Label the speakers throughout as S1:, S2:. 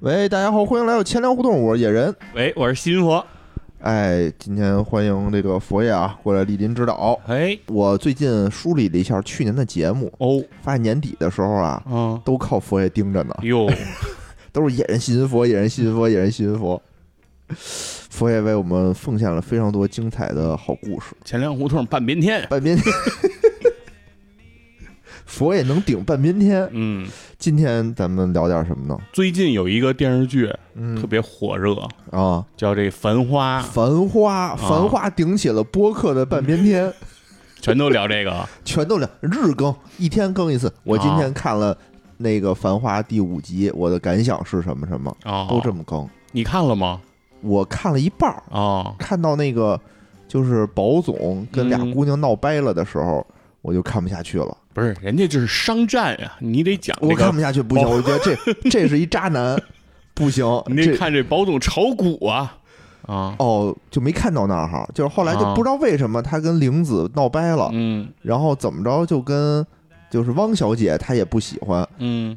S1: 喂，大家好，欢迎来到千聊互动，我是野人。
S2: 喂，我是新佛。
S1: 哎，今天欢迎这个佛爷啊过来莅临指导。
S2: 哎，
S1: 我最近梳理了一下去年的节目，
S2: 哦，
S1: 发现年底的时候啊，
S2: 嗯，
S1: 都靠佛爷盯着呢，
S2: 哟，
S1: 都是野人信佛，野人信佛，野人信佛。佛爷为我们奉献了非常多精彩的好故事。
S2: 钱粮胡同半边天。
S1: 半边天，佛爷能顶半边天。
S2: 嗯，
S1: 今天咱们聊点什么呢？
S2: 最近有一个电视剧
S1: 嗯
S2: 特别火热，
S1: 啊，
S2: 叫这《繁花》，
S1: 繁花，繁花顶起了播客的半边天。
S2: 全都聊 这个。
S1: 全都聊日更，一天更一次。我今天看了那个《繁花》第五集，我的感想是什么什么，
S2: 哦，
S1: 都这么更。
S2: 你看了吗？
S1: 我看了一半儿，
S2: 哦，
S1: 看到那个就是保总跟俩
S2: 嗯
S1: 姑娘闹掰了的时候，我就看不下去了。
S2: 不是，人家就是商战呀、你得讲
S1: 我
S2: 这
S1: 看
S2: 个，
S1: 不下去，不行，我觉得 这这是一渣男，不行，
S2: 你
S1: 这
S2: 得。看这保总炒股啊。啊，
S1: 哦，就没看到那儿哈，就是后来就
S2: 啊
S1: 不知道为什么他跟玲子闹掰了，
S2: 嗯
S1: 然后怎么着就跟就是汪小姐她也不喜欢，
S2: 嗯，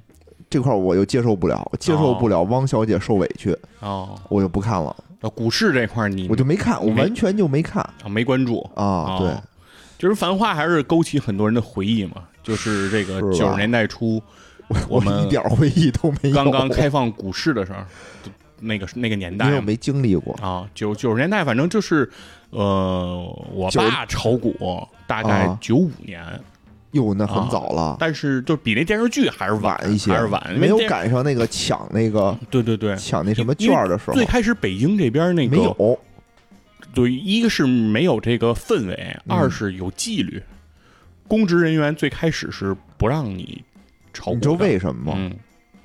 S1: 这块儿我又接受不了，接受不了汪小姐受委屈，
S2: 哦，
S1: 我就不看了，
S2: 股市这块儿你
S1: 我就没看，我
S2: 没
S1: 完全就没看
S2: 啊没关注。
S1: 啊。
S2: 哦
S1: 对，
S2: 就是《繁花》还是勾起很多人的回忆嘛，就是这个
S1: 是吧
S2: 九十年代初，
S1: 我
S2: 们
S1: 一点回忆都没有，
S2: 刚刚开放股市的时候，就那个那个年代
S1: 因为我
S2: 嘛
S1: 没经历过。
S2: 啊，九九十年代，反正就是，呃，我
S1: 九
S2: 爸炒股大概
S1: 啊
S2: 九五年，
S1: 哟，那很早了，
S2: 但是就比那电视剧还是晚
S1: 晚一些，
S2: 啊还是晚，因为
S1: 没有
S2: 电。
S1: 赶上那个抢那个
S2: 对对对，
S1: 抢那什么券儿的时候
S2: 最，开始北京这边那
S1: 没
S2: 个，
S1: 有。
S2: 对，一个是没有这个氛围，
S1: 嗯
S2: 二是有纪律，公职人员最开始是不让你炒股
S1: 你
S2: 的，
S1: 知道为什么吗？
S2: 嗯，
S1: 你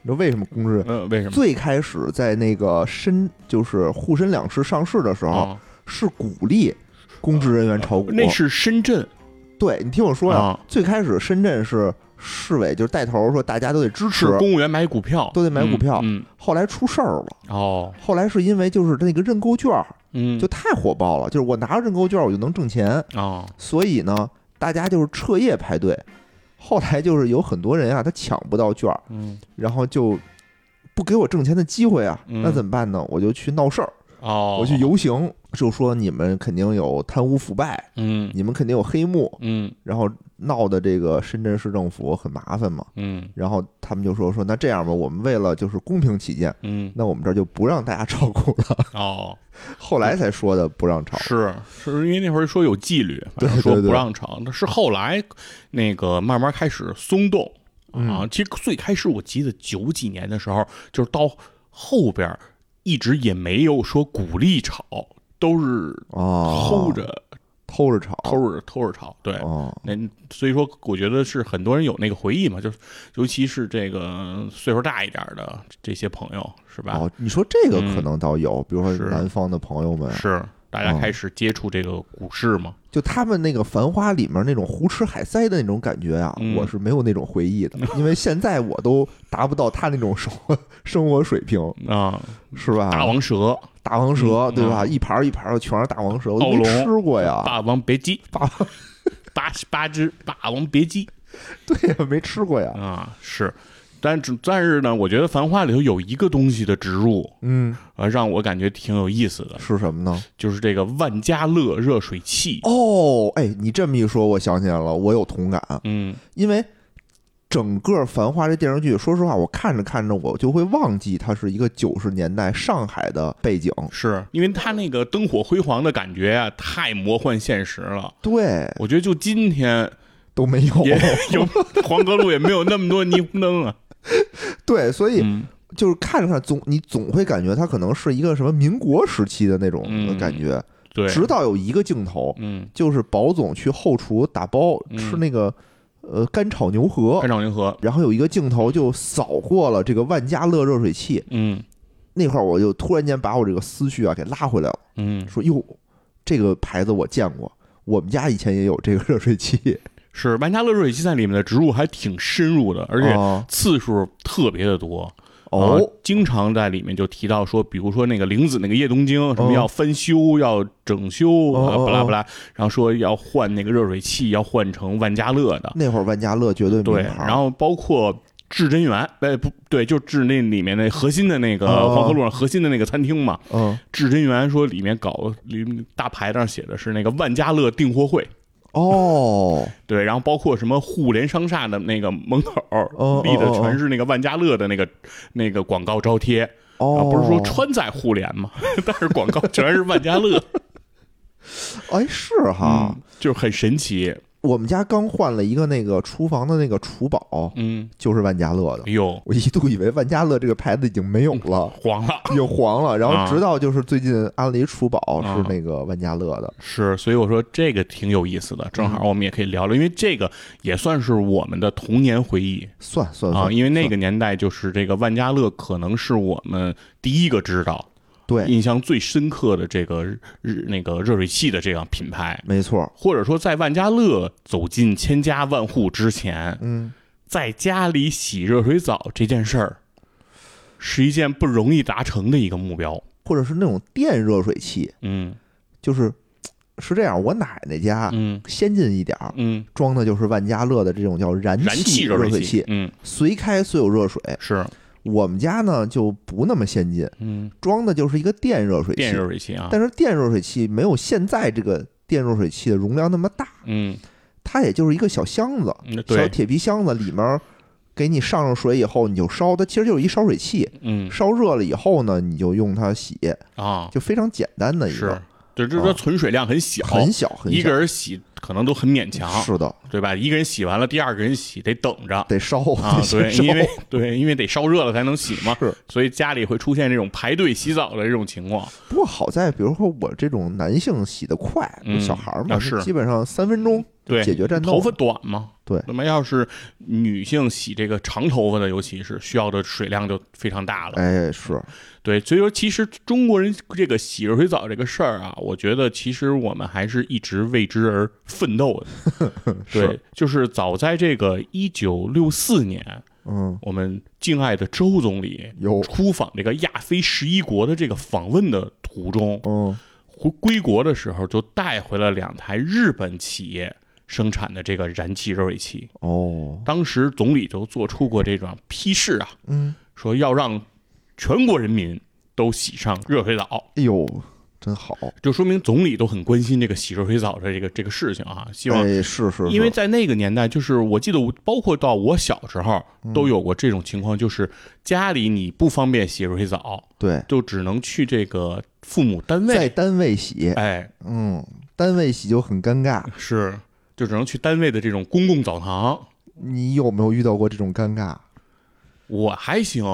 S1: 知道为什么公知？
S2: 呃，为什么？
S1: 最开始在那个深就是沪深两市上市的时候，
S2: 啊，
S1: 是鼓励公职人员炒股。
S2: 那是深圳，
S1: 对你听我说呀、
S2: 啊
S1: 最开始深圳是市委就是带头说大家都得支持
S2: 是，公务员买股票，
S1: 都得买股票
S2: 嗯，嗯
S1: 后来出事儿了。
S2: 哦，
S1: 后来是因为就是那个认购券儿
S2: 嗯，
S1: 就太火爆了，就是我拿着认购券儿我就能挣钱，
S2: 哦，
S1: 所以呢，大家就是彻夜排队。后来就是有很多人啊，他抢不到券儿，
S2: 嗯，
S1: 然后就不给我挣钱的机会啊，
S2: 嗯
S1: 那怎么办呢？我就去闹事儿，
S2: 哦，
S1: 我去游行，就说你们肯定有贪污腐败，
S2: 嗯
S1: 你们肯定有黑幕，
S2: 嗯
S1: 然后闹的这个深圳市政府很麻烦嘛。
S2: 嗯
S1: 然后他们就说说那这样吧，我们为了就是公平起见，
S2: 嗯，
S1: 那我们这儿就不让大家炒股了。
S2: 哦，
S1: 后来才说的不让炒，
S2: 是是因为那会儿说有纪律，反正
S1: 对
S2: 说
S1: 对对
S2: 不让炒，那是后来那个慢慢开始松动啊。其实最开始我记得九几年的时候，就是到后边儿一直也没有说鼓励炒，都是
S1: 哦，
S2: 偷着
S1: 偷着炒，
S2: 偷着偷着炒，对。
S1: 哦，
S2: 那所以说，我觉得是很多人有那个回忆嘛，就是尤其是这个岁数大一点儿的这些朋友，是吧？嗯
S1: 哦，你说这个可能倒有，比如说
S2: 是
S1: 南方的朋友们，
S2: 是大
S1: 嗯
S2: 家开始接触这个股市嘛？
S1: 就他们那个《繁花》里面那种胡吃海塞的那种感觉啊，
S2: 嗯
S1: 我是没有那种回忆 的，因为现在我都达不到他那种生活生活水平，
S2: 啊，
S1: 是吧？
S2: 大王蛇、
S1: 大王蛇，
S2: 嗯
S1: 对吧？一盘儿一盘儿的全是大王蛇，我都
S2: 暴
S1: 没
S2: 龙
S1: 吃过 呀，
S2: 霸王别姬、
S1: 霸
S2: 八十八只霸王别姬
S1: 对呀，没吃过呀，
S2: 啊，是。但只但是呢，我觉得《繁花》里头有一个东西的植入，
S1: 嗯，
S2: 呃，让我感觉挺有意思的，
S1: 是什么呢？
S2: 就是这个万家乐热水器。
S1: 哦，哎，你这么一说，我想起来了，我有同感，
S2: 嗯
S1: 因为整个《繁花》这电视剧，说实话，我看着看着，我就会忘记它是一个九十年代上海的背景。
S2: 是因为它那个灯火辉煌的感觉啊，太魔幻现实了。
S1: 对，
S2: 我觉得就今天
S1: 都没有。
S2: 也有黄河路也没有那么多霓虹灯啊。
S1: 对，所以
S2: 嗯
S1: 就是看着看着总，你总会感觉它可能是一个什么民国时期的那种
S2: 嗯
S1: 感觉。
S2: 对，
S1: 直到有一个镜头，
S2: 嗯，
S1: 就是保总去后厨打包
S2: 嗯
S1: 吃那个、呃干炒牛河
S2: 干，场银河，
S1: 然后有一个镜头就扫过了这个万家乐热水器
S2: 嗯
S1: 那块儿，我就突然间把我这个思绪啊给拉回来了。
S2: 嗯，
S1: 说哟，这个牌子我见过，我们家以前也有这个热水器，
S2: 是万家乐热水器在里面的植入还挺深入的， 而且
S1: 啊
S2: 次数特别的多。
S1: 哦
S2: 啊经常在里面就提到说，比如说那个玲子那个叶东京什么要翻修、要整修，
S1: 哦
S2: 啊，
S1: 哦
S2: 不啦不啦，然后说要换那个热水器，要换成万家乐的。
S1: 那会儿万家乐绝对
S2: 对，
S1: 名牌，
S2: 然后包括至真园，哎不对，就至那里面那核心的那个
S1: 哦
S2: 黄河路上核心的那个餐厅嘛。
S1: 嗯，
S2: 至真园说里面搞里大牌子上写的是那个万家乐订货会，
S1: 哦，
S2: 对，然后包括什么互联商厦的那个门口
S1: 哦
S2: 立的
S1: 哦
S2: 全是那个万家乐的那个那个广告招贴，啊，
S1: 哦，
S2: 不是说川在互联嘛， 但是广告全是万 家乐
S1: 哎，是哈，
S2: 嗯，就是很神奇，
S1: 我们家刚换了一个那个厨房的那个厨宝，
S2: 嗯，
S1: 就是万家乐的
S2: 哎。呦，
S1: 我一度以为万家乐这个牌子已经没有了，
S2: 黄了，
S1: 已经黄了。然
S2: 嗯啊
S1: 后直到就是最近安了一厨宝
S2: 啊
S1: 是那个万家乐的，
S2: 是，所以我说这个挺有意思的，正
S1: 嗯
S2: 好我们也可以聊聊，因为这个也算是我们的童年回忆
S1: 算算
S2: 啊，
S1: 算，
S2: 因为那个年代就是这个万家乐可能是我们第一个知道、
S1: 对，
S2: 印象最深刻的这个日那个热水器的这样品牌，
S1: 没错，
S2: 或者说在万家乐走进千家万户之前，
S1: 嗯，
S2: 在家里洗热水澡这件事儿，是一件不容易达成的一个目标。
S1: 或者是那种电热水器，
S2: 嗯
S1: 就是是这样。我奶奶家
S2: 嗯
S1: 先进一点儿，
S2: 嗯，
S1: 装的就是万家乐的这种叫燃
S2: 燃气热
S1: 热
S2: 水
S1: 水器，
S2: 嗯
S1: 随开随有热水。
S2: 是
S1: 我们家呢就不那么先进，
S2: 嗯
S1: 装的就是一个电热水器
S2: 电，热水器啊，
S1: 但是电热水器没有现在这个电热水器的容量那么大，
S2: 嗯
S1: 它也就是一个小箱子，
S2: 嗯
S1: 小
S2: 对
S1: 铁皮箱子里面给你上上水以后你就烧，它其实就是一烧水器，
S2: 嗯
S1: 烧热了以后呢你就用它洗，
S2: 啊
S1: 就非常简单的一
S2: 是
S1: 个，，
S2: 对，就是
S1: 啊
S2: 说存水量很小，
S1: 很小很小，
S2: 一个人洗可能都很勉强，
S1: 是的，
S2: 对吧？一个人洗完了，第二个人洗得等 着。
S1: 得烧
S2: 啊
S1: 得，
S2: 对
S1: 先，烧
S2: 因为对，因为得烧热了才能洗嘛，
S1: 是
S2: 所以家里会出现这种排队洗澡的这种情况。
S1: 不过好在，比如说我这种男性洗得快，
S2: 嗯
S1: 小孩儿
S2: 啊
S1: 嘛，
S2: 是
S1: 基本上三分钟
S2: 对，
S1: 解决战斗。
S2: 头发短嘛，
S1: 对
S2: 那么要是女性洗这个长头发的，尤其是需要的水量就非常大了。
S1: 哎，是
S2: 对，所以说其实中国人这个洗热水澡这个事儿啊，我觉得其实我们还是一直为之而奋斗的。对
S1: 是，
S2: 就是早在这个一九六四年，
S1: 嗯，
S2: 我们敬爱的周总理
S1: 有
S2: 出访这个亚非十一国的这个访问的途中，
S1: 嗯
S2: 回归国的时候就带回了两台日本企业生产的这个燃气热水器。
S1: 哦
S2: 当时总理就做出过这种批示啊，
S1: 嗯，
S2: 说要让全国人民都洗上热水澡，
S1: 哎呦，真好！
S2: 就说明总理都很关心这个洗热水澡的这个这个事情啊。希望，
S1: 哎，是是，
S2: 因为
S1: 是
S2: 在那个年代，就是我记得我，包括到我小时候
S1: 嗯
S2: 都有过这种情况，就是家里你不方便洗热水澡，
S1: 对，
S2: 就只能去这个父母单
S1: 在
S2: 位，
S1: 单位洗，
S2: 哎，
S1: 嗯，单位洗就很尴尬。
S2: 是。就只能去单位的这种公共澡堂，
S1: 你有没有遇到过这种尴尬？
S2: 我还行，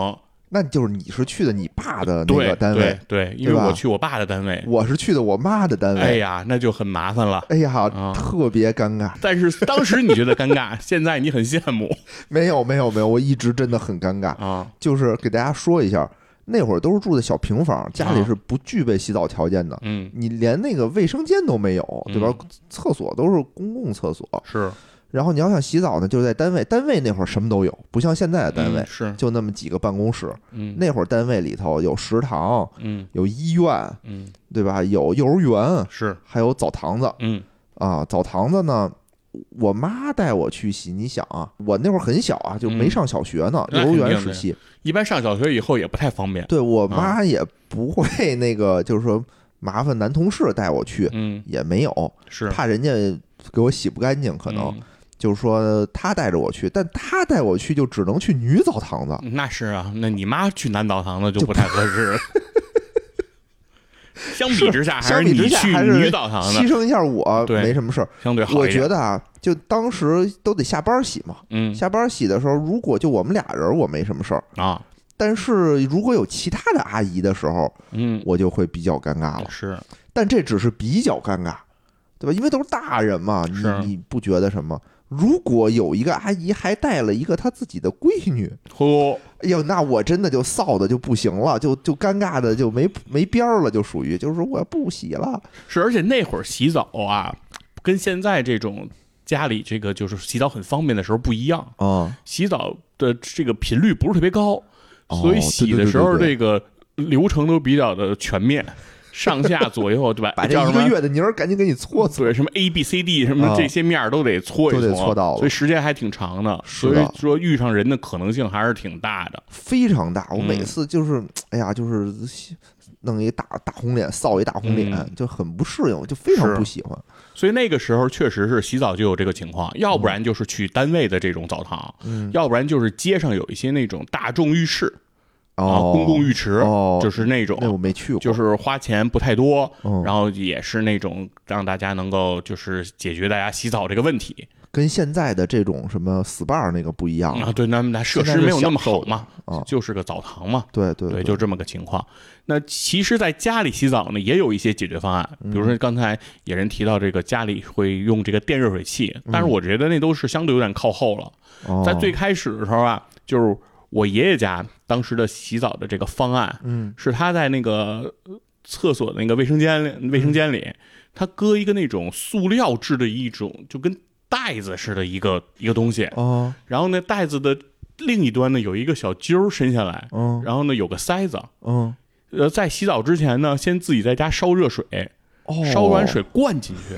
S1: 那就是你是去的你爸的那
S2: 对
S1: 个单
S2: 对
S1: 位，
S2: 对，因为
S1: 对吧
S2: 我去我爸的单位，
S1: 我是去的我妈的单
S2: 哎
S1: 位。
S2: 呀，那就很麻烦了。
S1: 哎呀
S2: 啊，
S1: 特别尴尬。
S2: 但是当时你觉得尴尬，现在你很 羡慕
S1: 没有没有没有，我一直真的很尴尬。
S2: 啊。
S1: 就是给大家说一下，那会儿都是住的小平
S2: 啊
S1: 房，家里是不具备洗澡条件的，
S2: 嗯，
S1: 你连那个卫生间都没有，对吧？厕所都是公共厕所，
S2: 是
S1: 然后你要想洗澡呢，就是在单位，单位那会儿什么都有，不像现在的单位
S2: 嗯、，是，
S1: 就那么几个办公室。
S2: 嗯，
S1: 那会儿单位里头有食堂，
S2: 嗯
S1: 有医院，
S2: 嗯
S1: 对吧？有幼儿园，
S2: 是，
S1: 还有澡堂子
S2: 嗯
S1: 啊。澡堂子呢，我妈带我去洗。你想啊，我那会儿很小啊，就没
S2: 嗯
S1: 上小学呢，
S2: 那
S1: 幼儿
S2: 肯
S1: 园
S2: 定的
S1: 时
S2: 啊
S1: 期。
S2: 一般上小学以后也不太方便。
S1: 对我妈也不会那个，就是说麻烦男同事带我去，
S2: 嗯，
S1: 也没有，
S2: 是，嗯
S1: 怕人家给我洗不干净，可能就是说她带着我去，但她带我去就只能去女澡堂子，
S2: 嗯那是啊。那你妈去男澡堂子就不太合 适了。相比之下，还
S1: 相比
S2: 你
S1: 之下
S2: 去
S1: 还是
S2: 女澡堂
S1: 牺
S2: 子
S1: 牲一下我
S2: 啊对
S1: 没什么事儿。
S2: 相对好
S1: 我
S2: 一点。
S1: 觉，得啊，就当时都得下班洗嘛，
S2: 嗯
S1: 下班洗的时候，如果就我们俩人，我没什么事儿。
S2: 啊，
S1: 但是如果有其他的阿姨的时候，
S2: 嗯，
S1: 我就会比较尴尬了。
S2: 是，
S1: 但这只是比较尴尬，对吧？因为都是大人嘛，
S2: 是
S1: 你你不觉得什么？如果有一个阿姨还带了一个她自己的闺女，
S2: 嚯，
S1: 哎呦，那我真的就臊的就不行了，就就尴尬的就没没边儿了，就属于就是说我不洗了。
S2: 是，而且那会儿洗澡啊，跟现在这种家里这个就是洗澡很方便的时候不一样，
S1: 啊、
S2: 洗澡的这个频率不是特别高，
S1: 哦
S2: 所以洗
S1: 对对
S2: 的
S1: 对
S2: 时候
S1: 对
S2: 这个流程都比较的全面。上下左右， 对吧？
S1: 把
S2: 叫
S1: 这一
S2: 什
S1: 个
S2: 么？
S1: 月的泥儿赶紧给你搓搓。
S2: 对，什么 A B C D 什么
S1: 啊
S2: 这些面儿都得搓一
S1: 都得搓到了
S2: 所以时间还挺长的。
S1: 是
S2: 所
S1: 的
S2: 以说遇上人的可能性还是挺大的。
S1: 非常大。我
S2: 嗯
S1: 每次就是，哎呀，就是弄一大大红脸，臊一大红脸，
S2: 嗯
S1: 就很不适应，我就非常
S2: 是
S1: 不喜欢。
S2: 所以那个时候确实是洗澡就有这个情况，要不然就是去单位的这种澡堂，
S1: 嗯，
S2: 要不然就是街上有一些那种大众浴室、啊，
S1: 哦，
S2: 公共浴池，
S1: 哦
S2: 就是那
S1: 那
S2: 种
S1: 我没去过，
S2: 就是花钱不太多，
S1: 嗯，
S2: 然后也是那种让大家能够就是解决大家洗澡这个问题
S1: 跟现在的这种什么 SPA 那个不一样
S2: 啊。对，那那设
S1: 现在
S2: 施
S1: 是
S2: 没有那么
S1: 享受
S2: 好嘛
S1: 啊，
S2: 就是个澡堂嘛。
S1: 对对
S2: 对，就这么个情况。那其实，在家里洗澡呢，也有一些解决方案，
S1: 嗯
S2: 比如说刚才野人提到这个家里会用这个电热水器，但是我觉得那都是相对有点靠后了。
S1: 嗯哦
S2: 在最开始的时候啊，就是我爷爷家当时的洗澡的这个方案，
S1: 嗯
S2: 是他在那个呃厕所的那个卫生间里，
S1: 嗯
S2: 卫生间里，他搁一个那种塑料制的一种，就跟袋子似的一个一个东西，
S1: 哦
S2: 然后那袋子的另一端呢有一个小揪儿伸下来，
S1: 嗯
S2: 然后呢有个塞子。
S1: 嗯
S2: 呃，在洗澡之前呢，先自己在家烧热水，
S1: 哦，
S2: 烧完水灌进去，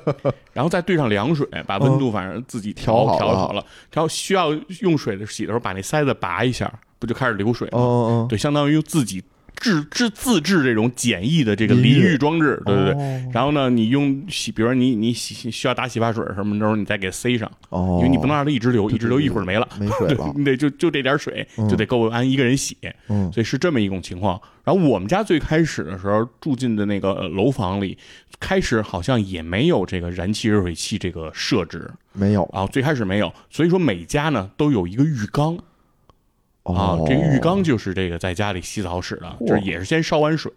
S2: 然后再兑上凉水，把温度反正自己
S1: 嗯
S2: 调、
S1: 调好
S2: 调
S1: 了
S2: 好了。然后需要用水的洗的时候，把那塞子拔一下，不就开始流水
S1: 哦
S2: 吗？
S1: 哦，
S2: 对，相当于自己制制自制这种简易的这个
S1: 淋
S2: 淋
S1: 浴哦
S2: 浴装置，对对对。
S1: 对，
S2: 然后呢，你用洗，比如说你你洗需要打洗发水什么的时候，你再给塞上，
S1: 哦，
S2: 因为你不能让它一直流，
S1: 对
S2: 一直流一会儿没了，
S1: 没水了
S2: ，你得就就这点水
S1: 嗯
S2: 就得够按一个人洗。
S1: 嗯
S2: 所以是这么一种情况。然后我们家最开始的时候住进的那个呃楼房里，开始好像也没有这个燃气热水器这个设置
S1: 没有
S2: 啊，最开始没有，所以说每家呢都有一个浴缸啊
S1: 哦，，
S2: 这个浴缸就是这个在家里洗澡使的，
S1: 嚯
S2: 就是也是先烧完水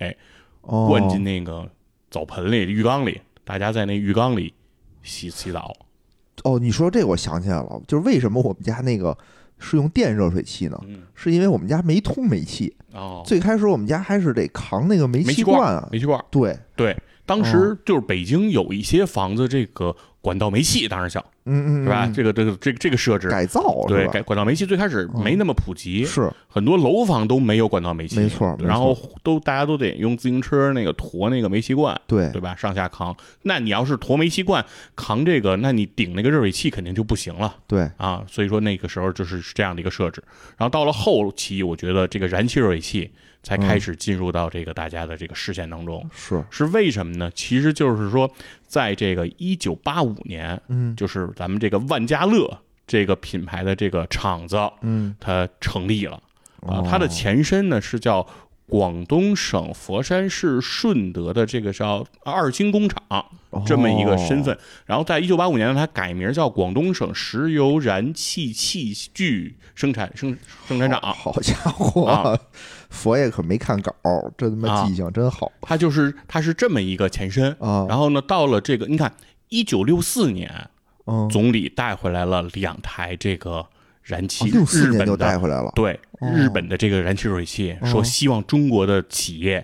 S1: 哦
S2: 灌进那个澡盆里、浴缸里，大家在那浴缸里洗洗澡。
S1: 哦，你说这个我想起来了，就是为什么我们家那个是用电热水器呢？
S2: 嗯
S1: 是因为我们家没通煤气，
S2: 哦，
S1: 最开始我们家还是得扛那个煤
S2: 煤
S1: 气
S2: 气
S1: 罐啊
S2: 罐，。煤气罐，
S1: 对，
S2: 对，当时
S1: 哦
S2: 就是北京有一些房子这个管道煤气当然小，
S1: 嗯嗯，
S2: 是吧？
S1: 嗯
S2: 这个这个这个这个设置，
S1: 改造
S2: 对
S1: 是，吧？嗯
S2: 改管道煤气最开始没那么普及，
S1: 是，
S2: 很多楼房都没有管道煤气，
S1: 没错没错
S2: 然后都大家都得用自行车那个驮那个煤气罐，
S1: 对
S2: 对吧？上下扛。那你要是驮煤气罐扛这个，那你顶那个热水器肯定就不行了
S1: 对，
S2: 啊。所以说那个时候就是这样的一个设置。然后到了后期，我觉得这个燃气热水器才开始进入到这个大家的这个视线当中。
S1: 是，
S2: 是为什么呢？其实就是说，在这个一九八五年，
S1: 嗯
S2: 就是咱们这个万家乐这个品牌的这个厂子，
S1: 嗯，
S2: 它成立了啊
S1: 哦。
S2: 它的前身呢是叫广东省佛山市顺德的这个叫二金工
S1: 哦
S2: 厂这么一个身份。然后在一九八五年呢，它改名叫广东省石油燃气器具生产生生产
S1: 哦。
S2: 厂。
S1: 好家伙，
S2: 啊
S1: 佛爷可没看稿，这他妈
S2: 啊
S1: 记性真好
S2: 它就是它是这么一个前身。
S1: 啊！
S2: 然后呢，到了这个你看，一九六四年
S1: 嗯，
S2: 总理带回来了两台这个燃气
S1: 哦六四
S2: 日
S1: 年
S2: 本
S1: 就
S2: 的
S1: 带回来了，
S2: 对，
S1: 哦
S2: 日本的这个燃气热水器
S1: 哦
S2: 说希望中国的企业、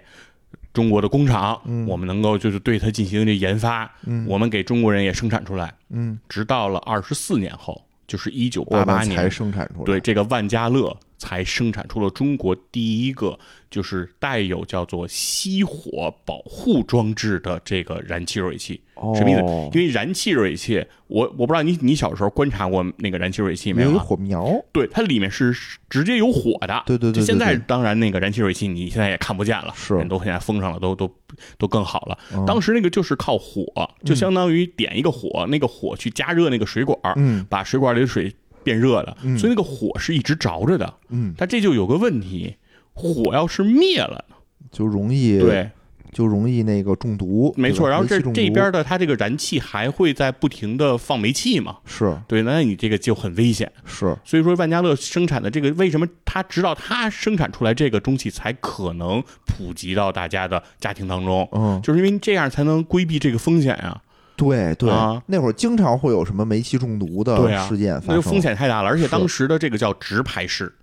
S2: 中国的工厂，
S1: 嗯
S2: 我们能够就是对它进行这研发，
S1: 嗯
S2: 我们给中国人也生产出来。
S1: 嗯，
S2: 直到了二十四年后，就是一九
S1: 我
S2: 八八
S1: 们才
S2: 年，
S1: 生产出来，
S2: 对，这个万家乐才生产出了中国第一个就是带有叫做熄火保护装置的这个燃气热水器。什么意思？
S1: 哦
S2: 因为燃气热水器，我我不知道你你小时候观察过那个燃气热水器没有、
S1: 有
S2: 啊？
S1: 一火苗，
S2: 对，它里面是直接有火的。
S1: 对对对对
S2: 就现在
S1: 对
S2: 当然那个燃气热水器你现在也看不见了，
S1: 是
S2: 人都现在封上了，都都都更好了。
S1: 嗯
S2: 当时那个就是靠火，就相当于点一个火，那个火去加热那个水管，
S1: 嗯
S2: 把水管里的水变热的，
S1: 嗯
S2: 所以那个火是一直着着的。
S1: 嗯，
S2: 但这就有个问题，火要是灭了，
S1: 就容易
S2: 对，
S1: 就容易那个中毒，
S2: 没
S1: 对
S2: 错。
S1: 吧
S2: 然后
S1: 煤
S2: 这
S1: 气中
S2: 这
S1: 毒
S2: 边的它这个燃气还会在不停的放煤气嘛，
S1: 是
S2: 对，那你这个就很危险。
S1: 是
S2: 所以说，万家乐生产的这个，为什么它直到它生产出来这个东西才可能普及到大家的家庭当中，
S1: 嗯，
S2: 就是因为这样才能规避这个风险呀、
S1: 对对
S2: 啊，
S1: 那会儿经常会有什么煤气中毒
S2: 对
S1: 的
S2: 啊
S1: 事件发
S2: 那
S1: 生，
S2: 就风险太大了。而且
S1: 是
S2: 当时的这个叫直排式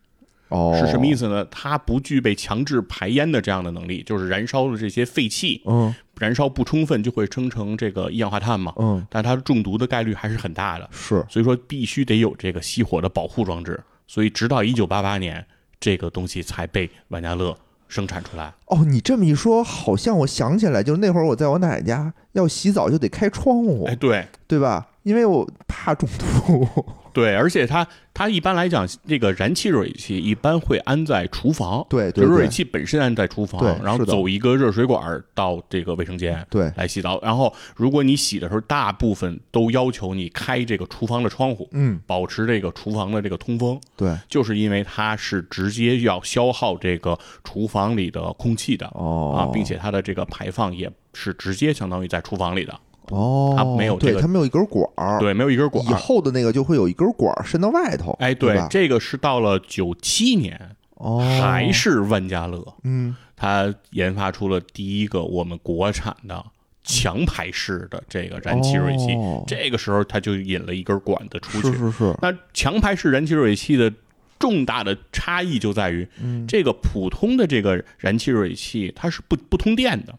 S1: 哦
S2: 是什么意
S1: 思？
S2: 思呢？它不具备强制排烟的这样的能力，就是燃烧的这些废气
S1: 嗯
S2: 燃烧不充分就会生成这个一氧化碳嘛，
S1: 嗯，
S2: 但它中毒的概率还是很大的。
S1: 是
S2: 所以说必须得有这个熄火的保护装置。所以直到一九八八年，这个东西才被万家乐生产出来。
S1: 哦，你这么一说，好像我想起来，就是那会儿我在我奶奶家要洗澡就得开窗户
S2: 哎，，对
S1: 对吧？因为我怕中毒。
S2: 对，而且它它一般来讲，这个燃气热水器一般会安在厨房，
S1: 对
S2: 就
S1: 对
S2: 热水
S1: 对
S2: 器本身安在厨房
S1: 对，
S2: 然后
S1: 是的
S2: 走一个热水管儿到这个卫生间。
S1: 对，
S2: 来洗澡，然后如果你洗的时候，大部分都要求你开这个厨房的窗户，
S1: 嗯，
S2: 保持这个厨房的这个通风，
S1: 对，
S2: 就是因为它是直接要消耗这个厨房里的空气的
S1: 哦
S2: 啊，并且它的这个排放也是直接相当于在厨房里的，
S1: 哦，
S2: 它没有这个
S1: 对，它没有一根管儿。
S2: 对，没有一根管
S1: 以。后的那个就会有一根管儿伸到外头。
S2: 哎，
S1: 对
S2: 对
S1: 吧，
S2: 这个是到了九七年，
S1: 哦，
S2: 还是万家乐，
S1: 嗯，
S2: 它研发出了第一个我们国产的强排式的这个燃气热水器
S1: 哦。
S2: 这个时候，它就引了一根管子出
S1: 是
S2: 去。
S1: 是是，
S2: 那强排式燃气热水器的重大的差异就在于，
S1: 嗯
S2: 这个普通的这个燃气热水器它是不不通电的，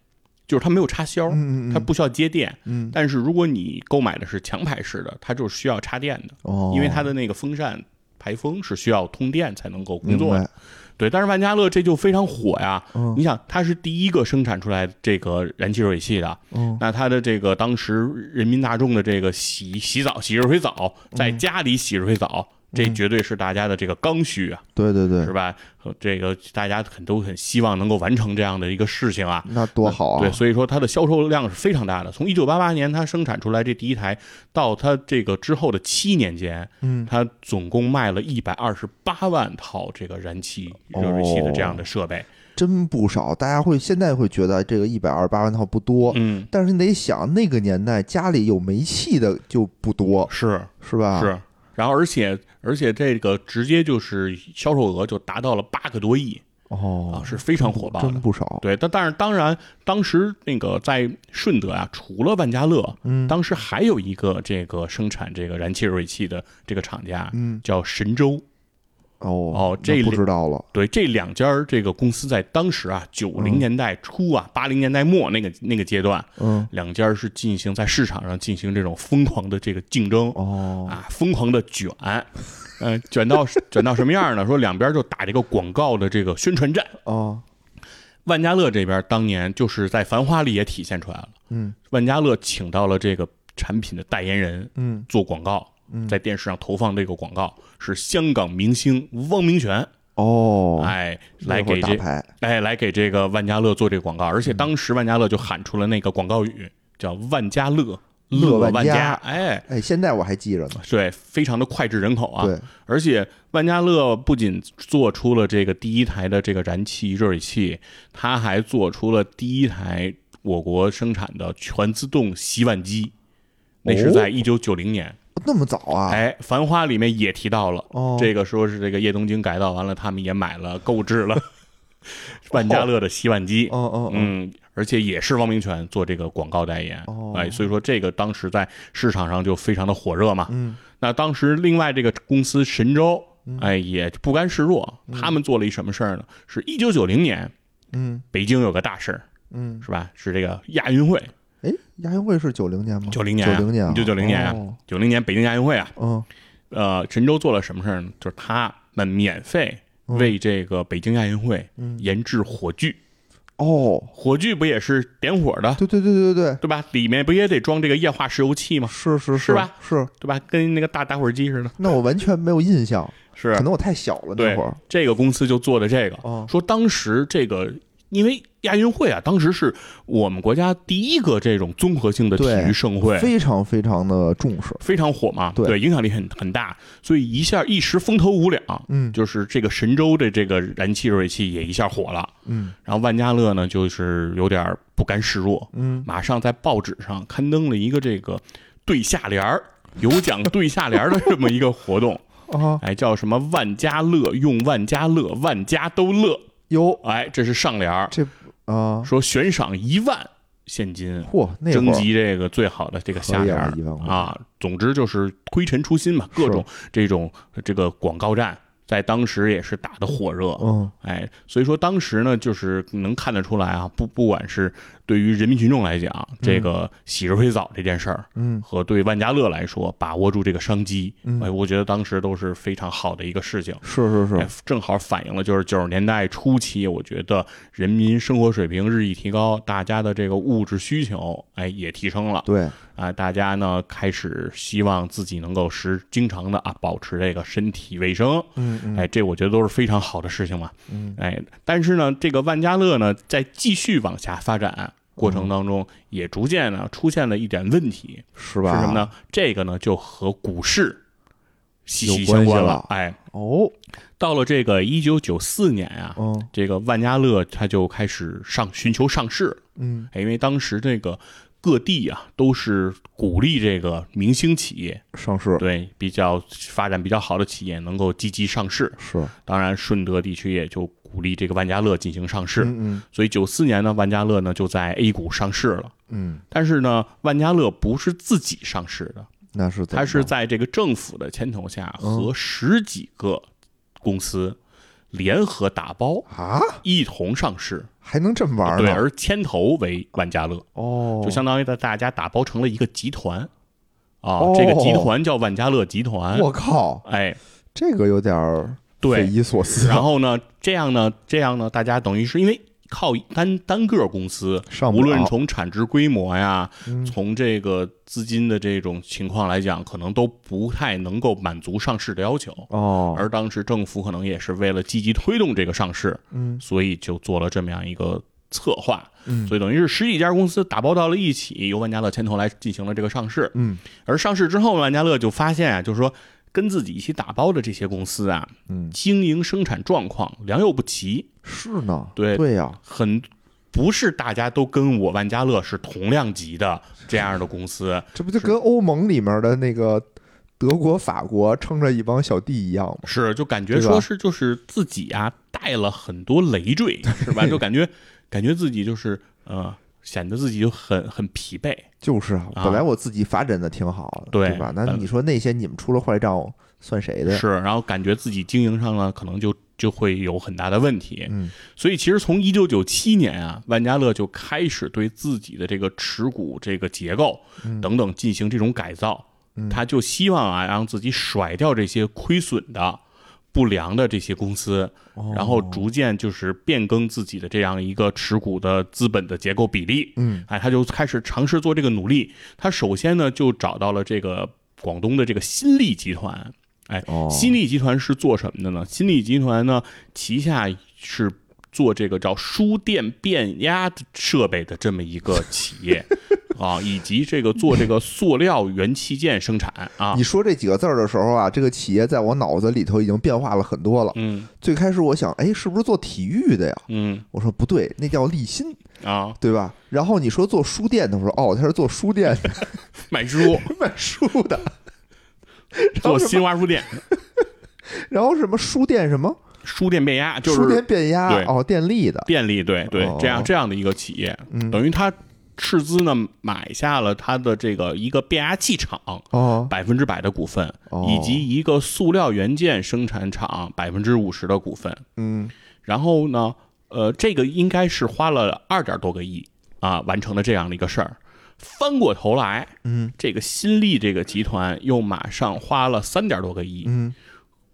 S2: 就是它没有插销，
S1: 嗯嗯嗯
S2: 它不需要接电。
S1: 嗯，
S2: 但是如果你购买的是强排式的，它就是需要插电的，
S1: 哦，
S2: 因为它的那个风扇排风是需要通电才能够工
S1: 明
S2: 作的。
S1: 白，
S2: 对，但是万家乐这就非常火呀。
S1: 嗯
S2: 你想，它是第一个生产出来这个燃气热水器的，
S1: 嗯，
S2: 那它的这个当时人民大众的这个洗洗澡、洗热水澡，在家里洗热水澡，这绝对是大家的这个刚需啊，
S1: 对对嗯对
S2: 是，吧？呃这个大家很都很希望能够完成这样的一个事情啊。
S1: 那多好啊！
S2: 对，所以说它的销售量是非常大的。从一九八八年它生产出来这第一台，到它这个之后的七年间，
S1: 嗯，
S2: 它总共卖了一百二十八万套这个燃气热水器的这样的设备。
S1: 真不少。大家会现在会觉得这个一百二十八万套不多，
S2: 嗯，
S1: 但是你得想那个年代家里有煤气的就不多，
S2: 是
S1: 是啊吧？
S2: 是。然后，而且而且这个直接就是销售额就达到了八个多亿啊，
S1: 哦，
S2: 是非常火爆
S1: 真
S2: 的。
S1: 不少。
S2: 对，但但是当然，当时那个在顺德啊，除了万家乐，
S1: 嗯
S2: 当时还有一个这个生产这个燃气热水器的这个厂家，
S1: 嗯，
S2: 叫神州。
S1: 哦
S2: 哦
S1: 那
S2: 这
S1: 不
S2: 里
S1: 知道了。
S2: 对，这两家儿这个公司在当时啊，九零年代初啊，八零年代末那个那个阶段，
S1: 嗯，
S2: 两家儿是进行在市场上进行这种疯狂的这个竞争
S1: 哦，
S2: 啊，疯狂的卷，呃，卷到卷到什么样儿呢？说两边儿就打这个广告的这个宣传战。
S1: 哦，
S2: 万家乐这边儿当年就是在《繁花》里也体现出来了，
S1: 嗯
S2: 万家乐请到了这个产品的代言人
S1: 嗯
S2: 做广告，
S1: 嗯，
S2: 在电视上投放这个广告是香港明星汪明荃，
S1: 哦，
S2: 哎，
S1: 那
S2: 来
S1: 会儿
S2: 给
S1: 打
S2: 这
S1: 牌，
S2: 哎，来给这个万家乐做这个广告，而且当时万家乐就喊出了那个广告语，叫“万家乐，
S1: 乐万
S2: 万
S1: 家
S2: 哎，
S1: 哎，现在我还记着呢。
S2: 对，非常的脍炙人口啊。
S1: 对，
S2: 而且万家乐不仅做出了这个第一台的这个燃气热水器，它还做出了第一台我国生产的全自动洗碗机，那
S1: 哦
S2: 是在一九九零年。
S1: 那么早啊？
S2: 哎，《繁花》里面也提到了，
S1: 哦
S2: 这个说是这个叶东京改造完了，他们也买了购置 了万家乐的洗碗机，
S1: 哦哦哦，
S2: 嗯，而且也是汪明荃做这个广告代言，
S1: 哦
S2: 哎，所以说这个当时在市场上就非常的火热嘛。
S1: 嗯，
S2: 那当时另外这个公司神州，哎，也不甘示弱，他们做了一什么事儿呢？是一九九零年
S1: 嗯
S2: 北京有个大事儿，
S1: 嗯，
S2: 是吧？是这个亚运会，
S1: 哎，亚运会是九零年吗？
S2: 九零年啊，
S1: 九零年啊，
S2: 一九九零年啊，
S1: 哦
S2: 九零年北京亚运会啊，
S1: 嗯，
S2: 呃，神州做了什么事儿呢？就是他们免费
S1: 嗯
S2: 为这个北京亚运会研制火炬，
S1: 哦，
S2: 火炬不也是点火的，
S1: 对对对对对，
S2: 对吧？里面不也得装这个液化石油气吗？
S1: 是是
S2: 是吧？
S1: 是，
S2: 对吧？跟那个大打火机似的。
S1: 那我完全没有印象，
S2: 是
S1: 可能我太小了那
S2: 对
S1: 会儿。
S2: 这个公司就做的这个，
S1: 哦
S2: 说当时这个因为亚运会啊，当时是我们国家第一个这种综合性的体
S1: 对
S2: 育盛会，
S1: 非常非常的重视。
S2: 非常火嘛，
S1: 对
S2: 影响力很很大，所以一下一时风头无两，
S1: 嗯
S2: 就是这个神州的这个燃气热水器也一下火了，
S1: 嗯
S2: 然后万家乐呢就是有点不甘示弱，
S1: 嗯，
S2: 马上在报纸上刊登了一个这个对下联儿。有奖对下联儿的这么一个 活动，
S1: 啊
S2: 哎，叫什么万家乐，用万家乐，万家都乐。
S1: 有
S2: 哎，这是上联儿，
S1: 这啊，
S2: 说悬赏一万现金，
S1: 嚯，那会
S2: 征
S1: 儿
S2: 集这个最好的这个下
S1: 可以啊了
S2: 联儿啊
S1: 一万块，
S2: 啊。总之就是推陈出新嘛，各种这种这个广告战在当时也是打得火热，
S1: 嗯
S2: 哎，所以说当时呢，就是能看得出来啊，不不管是对于人民群众来讲，这个洗热水澡这件事儿，
S1: 嗯
S2: 和对万家乐来说，把握住这个商机，
S1: 嗯
S2: 哎，我觉得当时都是非常好的一个事情。
S1: 是是
S2: 哎
S1: 是，
S2: 正好反映了就是九十年代初期，我觉得人民生活水平日益提高，大家的这个物质需求，哎，也提升了。
S1: 对，
S2: 啊，大家呢开始希望自己能够时经常的啊保持这个身体卫生，
S1: 嗯嗯
S2: 哎，这我觉得都是非常好的事情嘛。
S1: 嗯，
S2: 哎，但是呢，这个万家乐呢，在继续往下发展过
S1: 嗯
S2: 程当中，也逐渐呢出现了一点问题，
S1: 是
S2: 是
S1: 吧？
S2: 什么？呢？这个呢就和股市息
S1: 有
S2: 息
S1: 关
S2: 相
S1: 系
S2: 关
S1: 了
S2: 哎，
S1: 哦，
S2: 到了这个一九九四年啊，
S1: 嗯
S2: 这个万家乐它就开始上寻求上市了。
S1: 嗯
S2: 哎因为当时这个各地啊都是鼓励这个明星企业，
S1: 上市
S2: 对比较发展比较好的企业能够积极上市。
S1: 是嗯
S2: 当然，顺德地区也就鼓励这个万家乐进行上市。
S1: 嗯嗯
S2: 所以九四年呢，万家乐呢就在 A 股上市了。
S1: 嗯，
S2: 但是呢，万家乐不是自己上市的，
S1: 那是怎么
S2: 它是
S1: 着
S2: 在这个政府的牵头下，
S1: 嗯
S2: 和十几个公司联合打包，
S1: 啊，
S2: 一同上市。
S1: 还能这么玩
S2: 对，
S1: 呢？
S2: 而牵头为万家乐。
S1: 哦，
S2: 就相当于大大家打包成了一个集团啊，
S1: 哦
S2: 这个集团叫万家乐集团。
S1: 我靠，
S2: 哎，
S1: 这个有点儿匪
S2: 对，
S1: 夷所思啊。
S2: 然后呢，这样呢，这样呢，大家等于是因为靠单单个公司，
S1: 上啊不
S2: 无论
S1: 了
S2: 从产值规模呀，
S1: 嗯
S2: 从这个资金的这种情况来讲，可能都不太能够满足上市的要求。
S1: 哦，
S2: 而当时政府可能也是为了积极推动这个上市，
S1: 嗯
S2: 所以就做了这么样一个策划。
S1: 嗯
S2: 所以等于是十几家公司打包到了一起，由万家乐牵头来进行了这个上市。
S1: 嗯
S2: 而上市之后，万家乐就发现啊，就是说跟自己一起打包的这些公司啊，
S1: 嗯，
S2: 经营生产状况良莠不齐，
S1: 是呢，
S2: 对
S1: 对呀，
S2: 很不是大家都跟我万家乐是同量级的这样的公司。
S1: 这不就跟欧盟里面的那个德国、法国撑着一帮小弟一样吗？
S2: 是，就感觉
S1: 对吧
S2: 说是就是自己啊带了很多累赘，是 吧？就感觉感觉自己就是呃，显得自己就很很疲惫。
S1: 就是啊，
S2: 啊
S1: 本来我自己发展的挺好的，
S2: 对
S1: 对吧？那
S2: 本
S1: 你说那些你们出了坏账，算谁的呀？
S2: 是，然后感觉自己经营上呢，可能就就会有很大的问题。
S1: 嗯，
S2: 所以其实从一九九七年啊，万家乐就开始对自己的这个持股、这个结构
S1: 嗯
S2: 等等进行这种改造。
S1: 嗯
S2: 他就希望啊，让自己甩掉这些亏损的、不良的这些公司，
S1: 哦
S2: 然后逐渐就是变更自己的这样一个持股的资本的结构比例。
S1: 嗯
S2: 哎，他就开始尝试做这个努力。他首先呢，就找到了这个广东的这个新力集团。哎
S1: 哦，
S2: 新力集团是做什么的呢？新力集团呢，旗下是做这个叫输电变压设备的这么一个企 业啊，以及这个做这个塑料元器件生产啊
S1: 你。说这几个字儿的时候啊，这个企业在我脑子里头已经变化了很多了。
S2: 嗯
S1: 最开始我想，哎，是不是做体育的呀？
S2: 嗯
S1: 我说不对，那叫立新，
S2: 啊，
S1: 对吧？然后你说做书店的，我说哦，他是做书 店的
S2: 卖书
S1: 卖书的，
S2: 做新华书店，
S1: 然后什么书店什么、
S2: 输电变压就
S1: 书
S2: 是
S1: 店变压
S2: 对
S1: 哦，电力的，
S2: 电力，对对
S1: 哦，嗯
S2: 这样这样的一个企业，等于他斥资呢买下了他的这个一个变压器厂。
S1: 哦
S2: 百分之百的股份
S1: 哦，
S2: 以及一个塑料元件生产厂百分之五十的股份。
S1: 嗯
S2: 然后呢，呃，这个应该是花了二点多个亿啊，完成了这样的一个事儿。翻过头来，
S1: 嗯，
S2: 这个新力这个集团又马上花了三点多个亿
S1: 嗯哦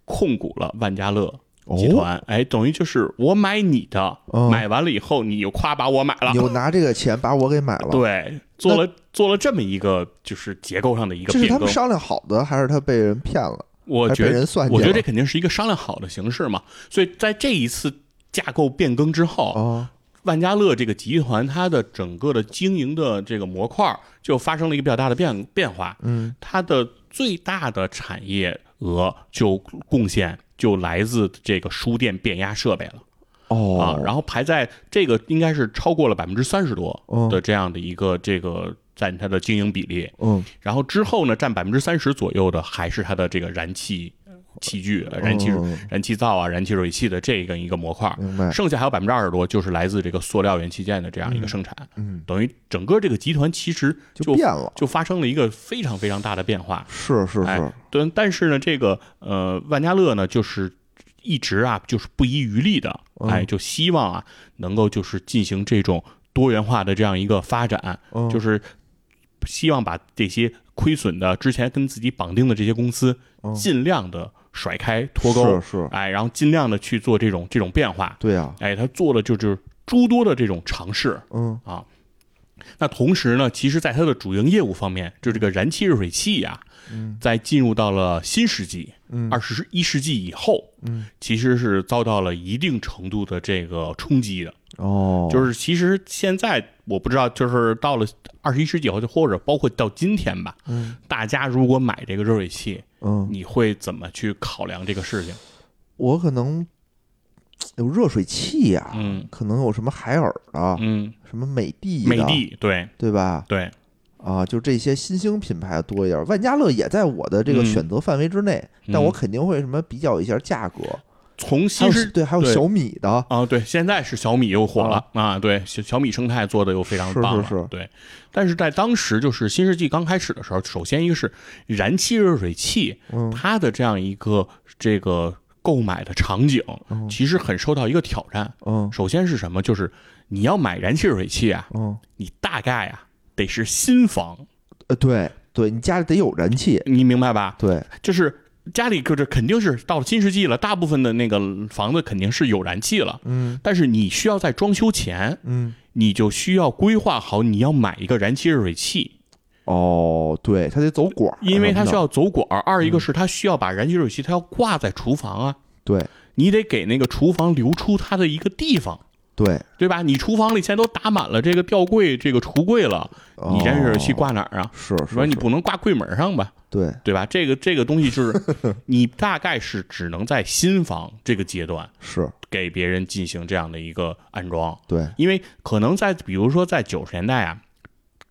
S2: 控股了万家乐集团。哎，等于就是我买你的，
S1: 嗯
S2: 买完了以后你又夸把我买了
S1: 你，又拿这个钱把我给买了，
S2: 对，做了做了这么一个就是结构上的一个
S1: 这是
S2: 变
S1: 他
S2: 更
S1: 们。商量好的，还是他被人骗了？
S2: 我
S1: 还
S2: 觉
S1: 被
S2: 得
S1: 人算计了？
S2: 我觉得这肯定是一个商量好的形式嘛。所以在这一次架构变更之后，
S1: 哦，
S2: 万家乐这个集团它的整个的经营的这个模块儿就发生了一个比较大的变变化。
S1: 嗯
S2: 它的最大的产业额就贡献就来自这个输电变压设备了。
S1: 哦，
S2: 啊，然后排在这个应该是超过了百分之三十多
S1: 嗯
S2: 的这样的一个这个占它的经营比例，
S1: 嗯
S2: 然后之后呢，占百分之三十左右的还是它的这个燃气器具、呃燃气、
S1: 嗯
S2: 燃气灶啊、燃气水器的这个一个模块儿，
S1: 明白，
S2: 剩下还有百分之二十多就是来自这个塑料元器件的这样一个生产，
S1: 嗯嗯，
S2: 等于整个这个集团其实
S1: 就
S2: 就
S1: 变了，
S2: 就发生了一个非常非常大的变化。
S1: 是是
S2: 哎
S1: 是，
S2: 对，但是呢，这个呃，万家乐呢，就是一直啊就是不遗余力的，
S1: 嗯
S2: 哎，就希望啊能够就是进行这种多元化的这样一个发展，
S1: 嗯
S2: 就是希望把这些亏损的之前跟自己绑定的这些公司
S1: 嗯
S2: 尽量的甩开脱钩，
S1: 是是，
S2: 哎，然后尽量的去做这种这种变化，
S1: 对呀，
S2: 哎，他做了就就是诸多的这种尝试，啊
S1: 嗯
S2: 那同时呢，其实在它的主营业务方面，就这个燃气热水器呀、
S1: 嗯
S2: 在进入到了新世纪
S1: 嗯
S2: 二十一世纪以后，
S1: 嗯，
S2: 其实是遭到了一定程度的这个冲击的。
S1: 哦，
S2: 就是其实现在我不知道，就是到了二十一世纪以后，就或者包括到今天吧，
S1: 嗯
S2: 大家如果买这个热水器，
S1: 嗯，
S2: 你会怎么去考量这个事情？
S1: 我可能有热水器呀，
S2: 嗯
S1: 可能有什么海尔啊，
S2: 嗯，
S1: 什么美的
S2: 美
S1: 的，
S2: 的，对
S1: 对吧？
S2: 对，
S1: 啊，就这些新兴品牌多一点，万家乐也在我的这个
S2: 嗯
S1: 选择范围之内，
S2: 嗯
S1: 但我肯定会什么比较一下价格，
S2: 从
S1: 还
S2: 新
S1: 有
S2: 世
S1: 对，还有
S2: 对
S1: 小米的，
S2: 啊，对，现在是小米又火了啊对，小小米生态做的又非常
S1: 是
S2: 棒了，
S1: 是是
S2: 对。但是在当时，就是新世纪刚开始的时候，首先一个是燃气热水器，
S1: 嗯
S2: 它的这样一个这个购买的场景，
S1: 嗯
S2: 其实很受到一个挑战。
S1: 嗯
S2: 首先是什么？就是你要买燃气热水器啊，
S1: 嗯，
S2: 你大概啊得是新房，
S1: 呃，对对，你家里得有燃气，
S2: 你明白吧？
S1: 对，
S2: 就是。家里就是肯定是到了新世纪了，大部分的那个房子肯定是有燃气了，
S1: 嗯
S2: 但是你需要在装修前，
S1: 嗯，
S2: 你就需要规划好你要买一个燃气热水器，
S1: 哦，对，它得走管儿什么的，
S2: 因为它需要走管儿。二一
S1: 嗯
S2: 个是它需要把燃气热水器它要挂在厨房啊，
S1: 对
S2: 你得给那个厨房留出它的一个地方，
S1: 对，
S2: 对吧？你厨房里现在都打满了这个吊柜、这个橱柜了，
S1: 哦
S2: 你燃气热水器挂哪儿啊？
S1: 是是
S2: 说你
S1: 是
S2: 不能挂柜门上吧，
S1: 对，
S2: 对吧？这个这个东西就是 你大概是只能在新房这个阶段
S1: 是
S2: 给别人进行这样的一个安装。
S1: 对，
S2: 因为可能在比如说在九十年代啊，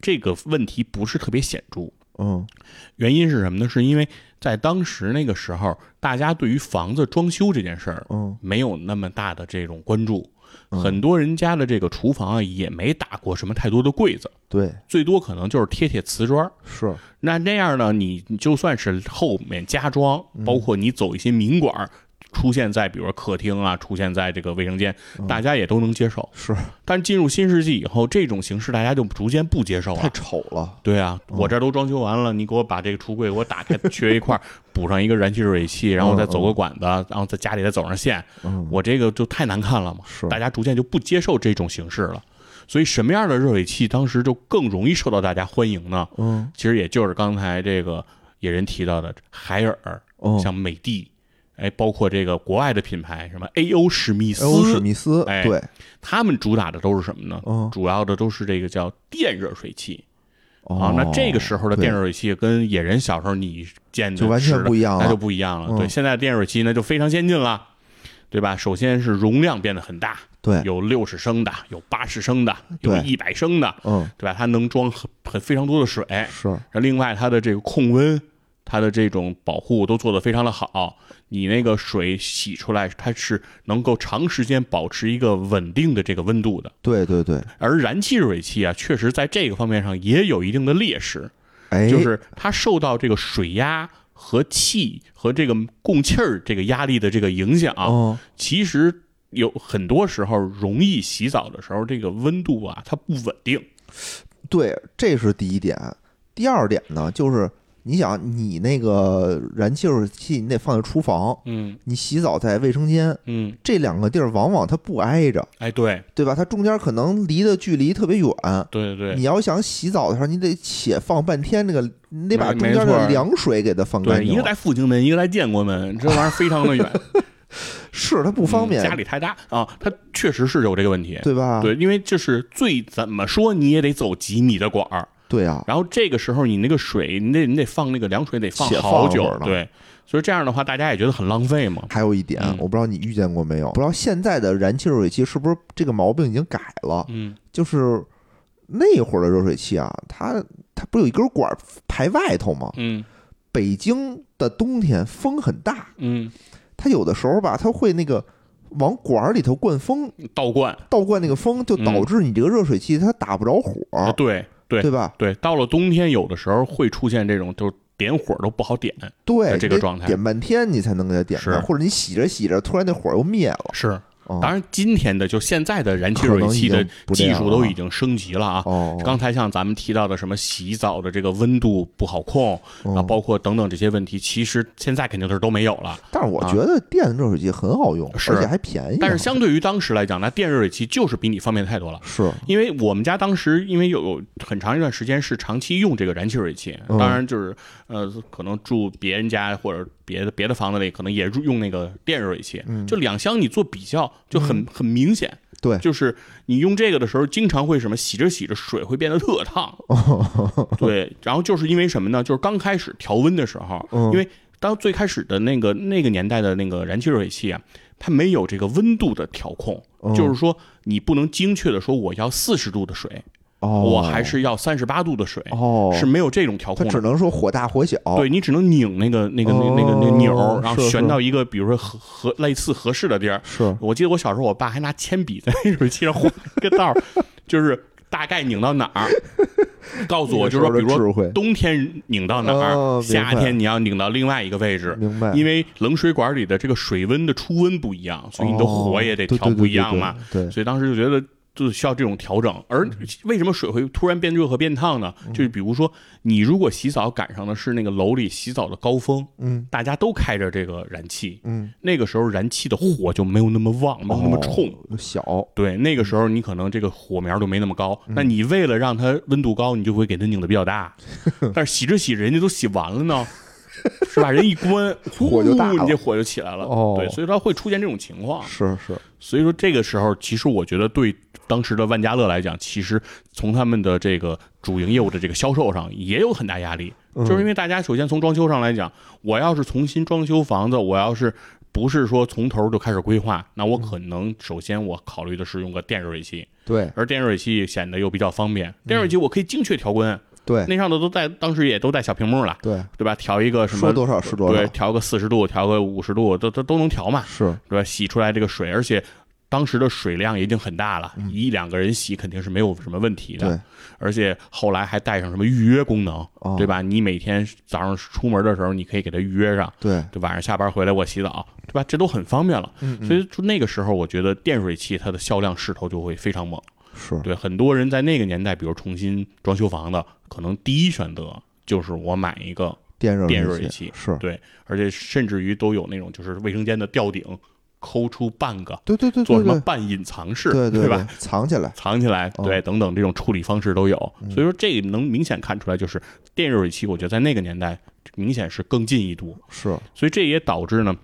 S2: 这个问题不是特别显著。
S1: 嗯
S2: 原因是什么呢？是因为在当时那个时候，大家对于房子装修这件事儿
S1: 嗯
S2: 没有那么大的这种关注，
S1: 嗯
S2: 很多人家的这个厨房啊也没打过什么太多的柜子，
S1: 对，
S2: 最多可能就是贴贴瓷砖儿。
S1: 是
S2: 那那样呢，你你就算是后面加装，
S1: 嗯
S2: 包括你走一些民馆儿。出现在比如说客厅啊，出现在这个卫生间，大家也都能接受。
S1: 嗯是
S2: 但进入新世纪以后，这种形式大家就逐渐不接受
S1: 太嗯
S2: 了。
S1: 丑了，
S2: 对啊，我这儿都装修完了，你给我把这个橱柜给我打开，缺一块儿，补上一个燃气热水器，然后再走个管子，然后在家里再走上线，
S1: 嗯
S2: 我这个就太难看了嘛。
S1: 是
S2: 大家逐渐就不接受这种形式了。所以什么样的热水器当时就更容易受到大家欢迎呢？
S1: 嗯
S2: 其实也就是刚才这个野人提到的海尔，
S1: 嗯，
S2: 像美的，哎，包括这个国外的品牌，什么 A.O. 史密斯，
S1: 欧史密斯，
S2: 哎
S1: 对，
S2: 他们主打的都是什么呢？
S1: 嗯
S2: 主要的都是这个叫电热水器、
S1: 哦
S2: 啊。，那这个时候的
S1: 对
S2: 电热水器跟野人小时候你见的
S1: 就完全
S2: 吃的
S1: 不一样了
S2: 那就不一样了。对，
S1: 嗯
S2: 现在的电热水器呢就非常先进了，对吧？首先是容量变得很大，
S1: 对，
S2: 有六十升的，有八十升的，有
S1: 对
S2: 一百升的，
S1: 嗯
S2: 对吧？它能装很很非常多的水。
S1: 是，
S2: 然后另外它的这个控温。它的这种保护都做得非常的好，你那个水洗出来，它是能够长时间保持一个稳定的这个温度的。
S1: 对对对，
S2: 而燃气热水器啊，确实在这个方面上也有一定的劣势，
S1: 哎，
S2: 就是它受到这个水压和气和这个供气儿这个压力的这个影响啊，
S1: 嗯
S2: 其实有很多时候容易洗澡的时候，这个温度啊它不稳定。
S1: 对，这是第一点。第二点呢，就是你想，你那个燃气热水器你得放在厨房，
S2: 嗯
S1: 你洗澡在卫生间，
S2: 嗯，
S1: 这两个地儿往往它不挨着，
S2: 哎，对
S1: 对吧？它中间可能离的距离特别远。
S2: 对对
S1: 你
S2: 对。
S1: 要想洗澡的时候，你得且放半天那个，你得把中间
S2: 没没错
S1: 的凉水给它放干
S2: 对，一
S1: 净
S2: 个。在复兴门，一个在建国门，这玩意儿非常的远，
S1: 是 它不方便，
S2: 嗯家里太大啊，它确实是有这个问题。
S1: 对啊吧？
S2: 对，因为就是最怎么说你也得走几米的管儿，
S1: 对啊，
S2: 然后这个时候你那个水，你得你得放那个凉水得放
S1: 且
S2: 好
S1: 放
S2: 久
S1: 会儿，呢
S2: 对，所以这样的话大家也觉得很浪费嘛。
S1: 还有一点
S2: 嗯，
S1: 我不知道你遇见过没有？不知道现在的燃气热水器是不是这个毛病已经改了？
S2: 嗯，
S1: 就是那会儿的热水器啊，它它不是有一根管儿排外头吗？
S2: 嗯
S1: 北京的冬天风很大，
S2: 嗯，
S1: 它有的时候吧，它会那个往管儿里头灌风，
S2: 倒灌，
S1: 倒灌那个风，就导致你这个热水器它打不着火，
S2: 嗯对对
S1: 对吧？
S2: 对，到了冬天有的时候会出现这种就是点火都不好点。
S1: 对
S2: 这
S1: 你
S2: 个
S1: 得
S2: 状态
S1: 点半天你才能给它点上，
S2: 是
S1: 或者你洗着洗着，突然那火又灭了。
S2: 是，
S1: 哦
S2: 当然今天的就现在的燃气热水器
S1: 可能已
S2: 的
S1: 经不这
S2: 技
S1: 样了
S2: 术都已经升级了啊。
S1: 哦，
S2: 刚才像咱们提到的什么洗澡的这个温度不好控，
S1: 哦
S2: 啊，包括等等这些问题，其实现在肯定是都没有了。
S1: 但是我觉得电子热水器很好用，
S2: 啊是
S1: 而且还便宜。啊
S2: 但是相对于当时来讲，那电热水器就是比你方便太多了。
S1: 是
S2: 因为我们家当时因为有有很长一段时间是长期用这个燃气热水器，
S1: 嗯
S2: 当然就是呃可能住别人家或者别的别的房子里，可能也入用那个电热水器，就两相你做比较就很、很明显。
S1: 嗯对
S2: 就是你用这个的时候，经常会什么洗着洗着水会变得特烫，
S1: 哦
S2: 对，然后就是因为什么呢？就是刚开始调温的时候，
S1: 嗯
S2: 因为当最开始的那个那个年代的那个燃气热水器啊，它没有这个温度的调控，
S1: 嗯
S2: 就是说你不能精确的说我要四十度的水，
S1: 哦，
S2: 我还是要三十八度的水，
S1: 哦，
S2: 是没有这种调
S1: 它
S2: 控
S1: 只
S2: 的。
S1: 能说火大火小。
S2: 对你只能拧那个那个那
S1: 哦
S2: 那个那个钮儿，然后
S1: 是
S2: 旋
S1: 是
S2: 到一个比如说合合类似合适的地儿。
S1: 是
S2: 我记得我小时候，我爸还拿铅笔在热水器上画一个道儿，就是大概拧到哪儿，告诉我，就是说，比
S1: 那
S2: 如
S1: 个时候的
S2: 说
S1: 智慧
S2: 冬天拧到哪
S1: 哦
S2: 儿，
S1: 明白
S2: 夏天你要拧到另外一个位置，
S1: 明白，
S2: 因
S1: 为
S2: 为冷水管里的这个水温的出温不一样，所以你的火也得调不一样嘛。。
S1: 哦对嗯对对对对对
S2: 所以当时就觉得就需要这种调整。而为什么水会突然变热和变烫呢？
S1: 嗯
S2: 就是比如说，你如果洗澡赶上的是那个楼里洗澡的高峰，
S1: 嗯
S2: 大家都开着这个燃气，
S1: 嗯，
S2: 那个时候燃气的火就没有那么旺，没有那么冲。
S1: 哦小，
S2: 对，那个时候你可能这个火苗就没那么高，
S1: 嗯
S2: 那你为了让它温度高，你就会给它拧的比 较大。但是洗着洗着，人家都洗完了呢， 是吧？人一关，
S1: 火就大
S2: 呼
S1: 了
S2: 你这火就起来了。
S1: 哦
S2: 对，所以它会出现这种情况。
S1: 是是，
S2: 所以说这个时候，其实我觉得对当时的万家乐来讲，其实从他们的这个主营业务的这个销售上也有很大压力，
S1: 嗯
S2: 就是因为大家首先从装修上来讲，我要是重新装修房子，我要是不是说从头就开始规
S1: 嗯
S2: 划，那我可能首先我考虑的是用个电热水器，
S1: 对
S2: 而电热水器显得又比较方便，电热水器我可以精确调温，
S1: 嗯对
S2: 那上头都带当时也都带小屏幕了，
S1: 对，
S2: 对吧？调一个什
S1: 说
S2: 么？
S1: 多少是多
S2: 对，
S1: 少，
S2: 调个四十度，调个五十度，都都都能调嘛。
S1: 是
S2: 对吧？洗出来这个水，而且当时的水量已经很大了，一两个人洗肯定是没有什么问题
S1: 嗯对
S2: 的。而且后来还带上什么预约功能，
S1: 哦
S2: 对吧？你每天早上出门的时候，你可以给它预约上，
S1: 对，
S2: 对，晚上下班回来我洗澡，对吧？这都很方便了。
S1: 嗯
S2: 所以就那个时候，我觉得电水器它的销量势头就会非常猛。
S1: 是
S2: 对，很多人在那个年代，比如重新装修房子，可能第一选择就是我买一个
S1: 电热
S2: 电
S1: 水
S2: 热水
S1: 器
S2: 器
S1: 是，
S2: 对，而且甚至于都有那种就是卫生间的吊顶抠出半个，
S1: 对对对
S2: 做
S1: 对
S2: 什
S1: 对
S2: 么半隐藏式，
S1: 对对
S2: 吧？？
S1: 藏起来，
S2: 藏起来，
S1: 哦嗯
S2: 对，等等这种处理方式都有，所以说这个能明显看出来，就是电热水器，我觉得在那个年代明显是更进一步，
S1: 是
S2: 所以这也导致呢，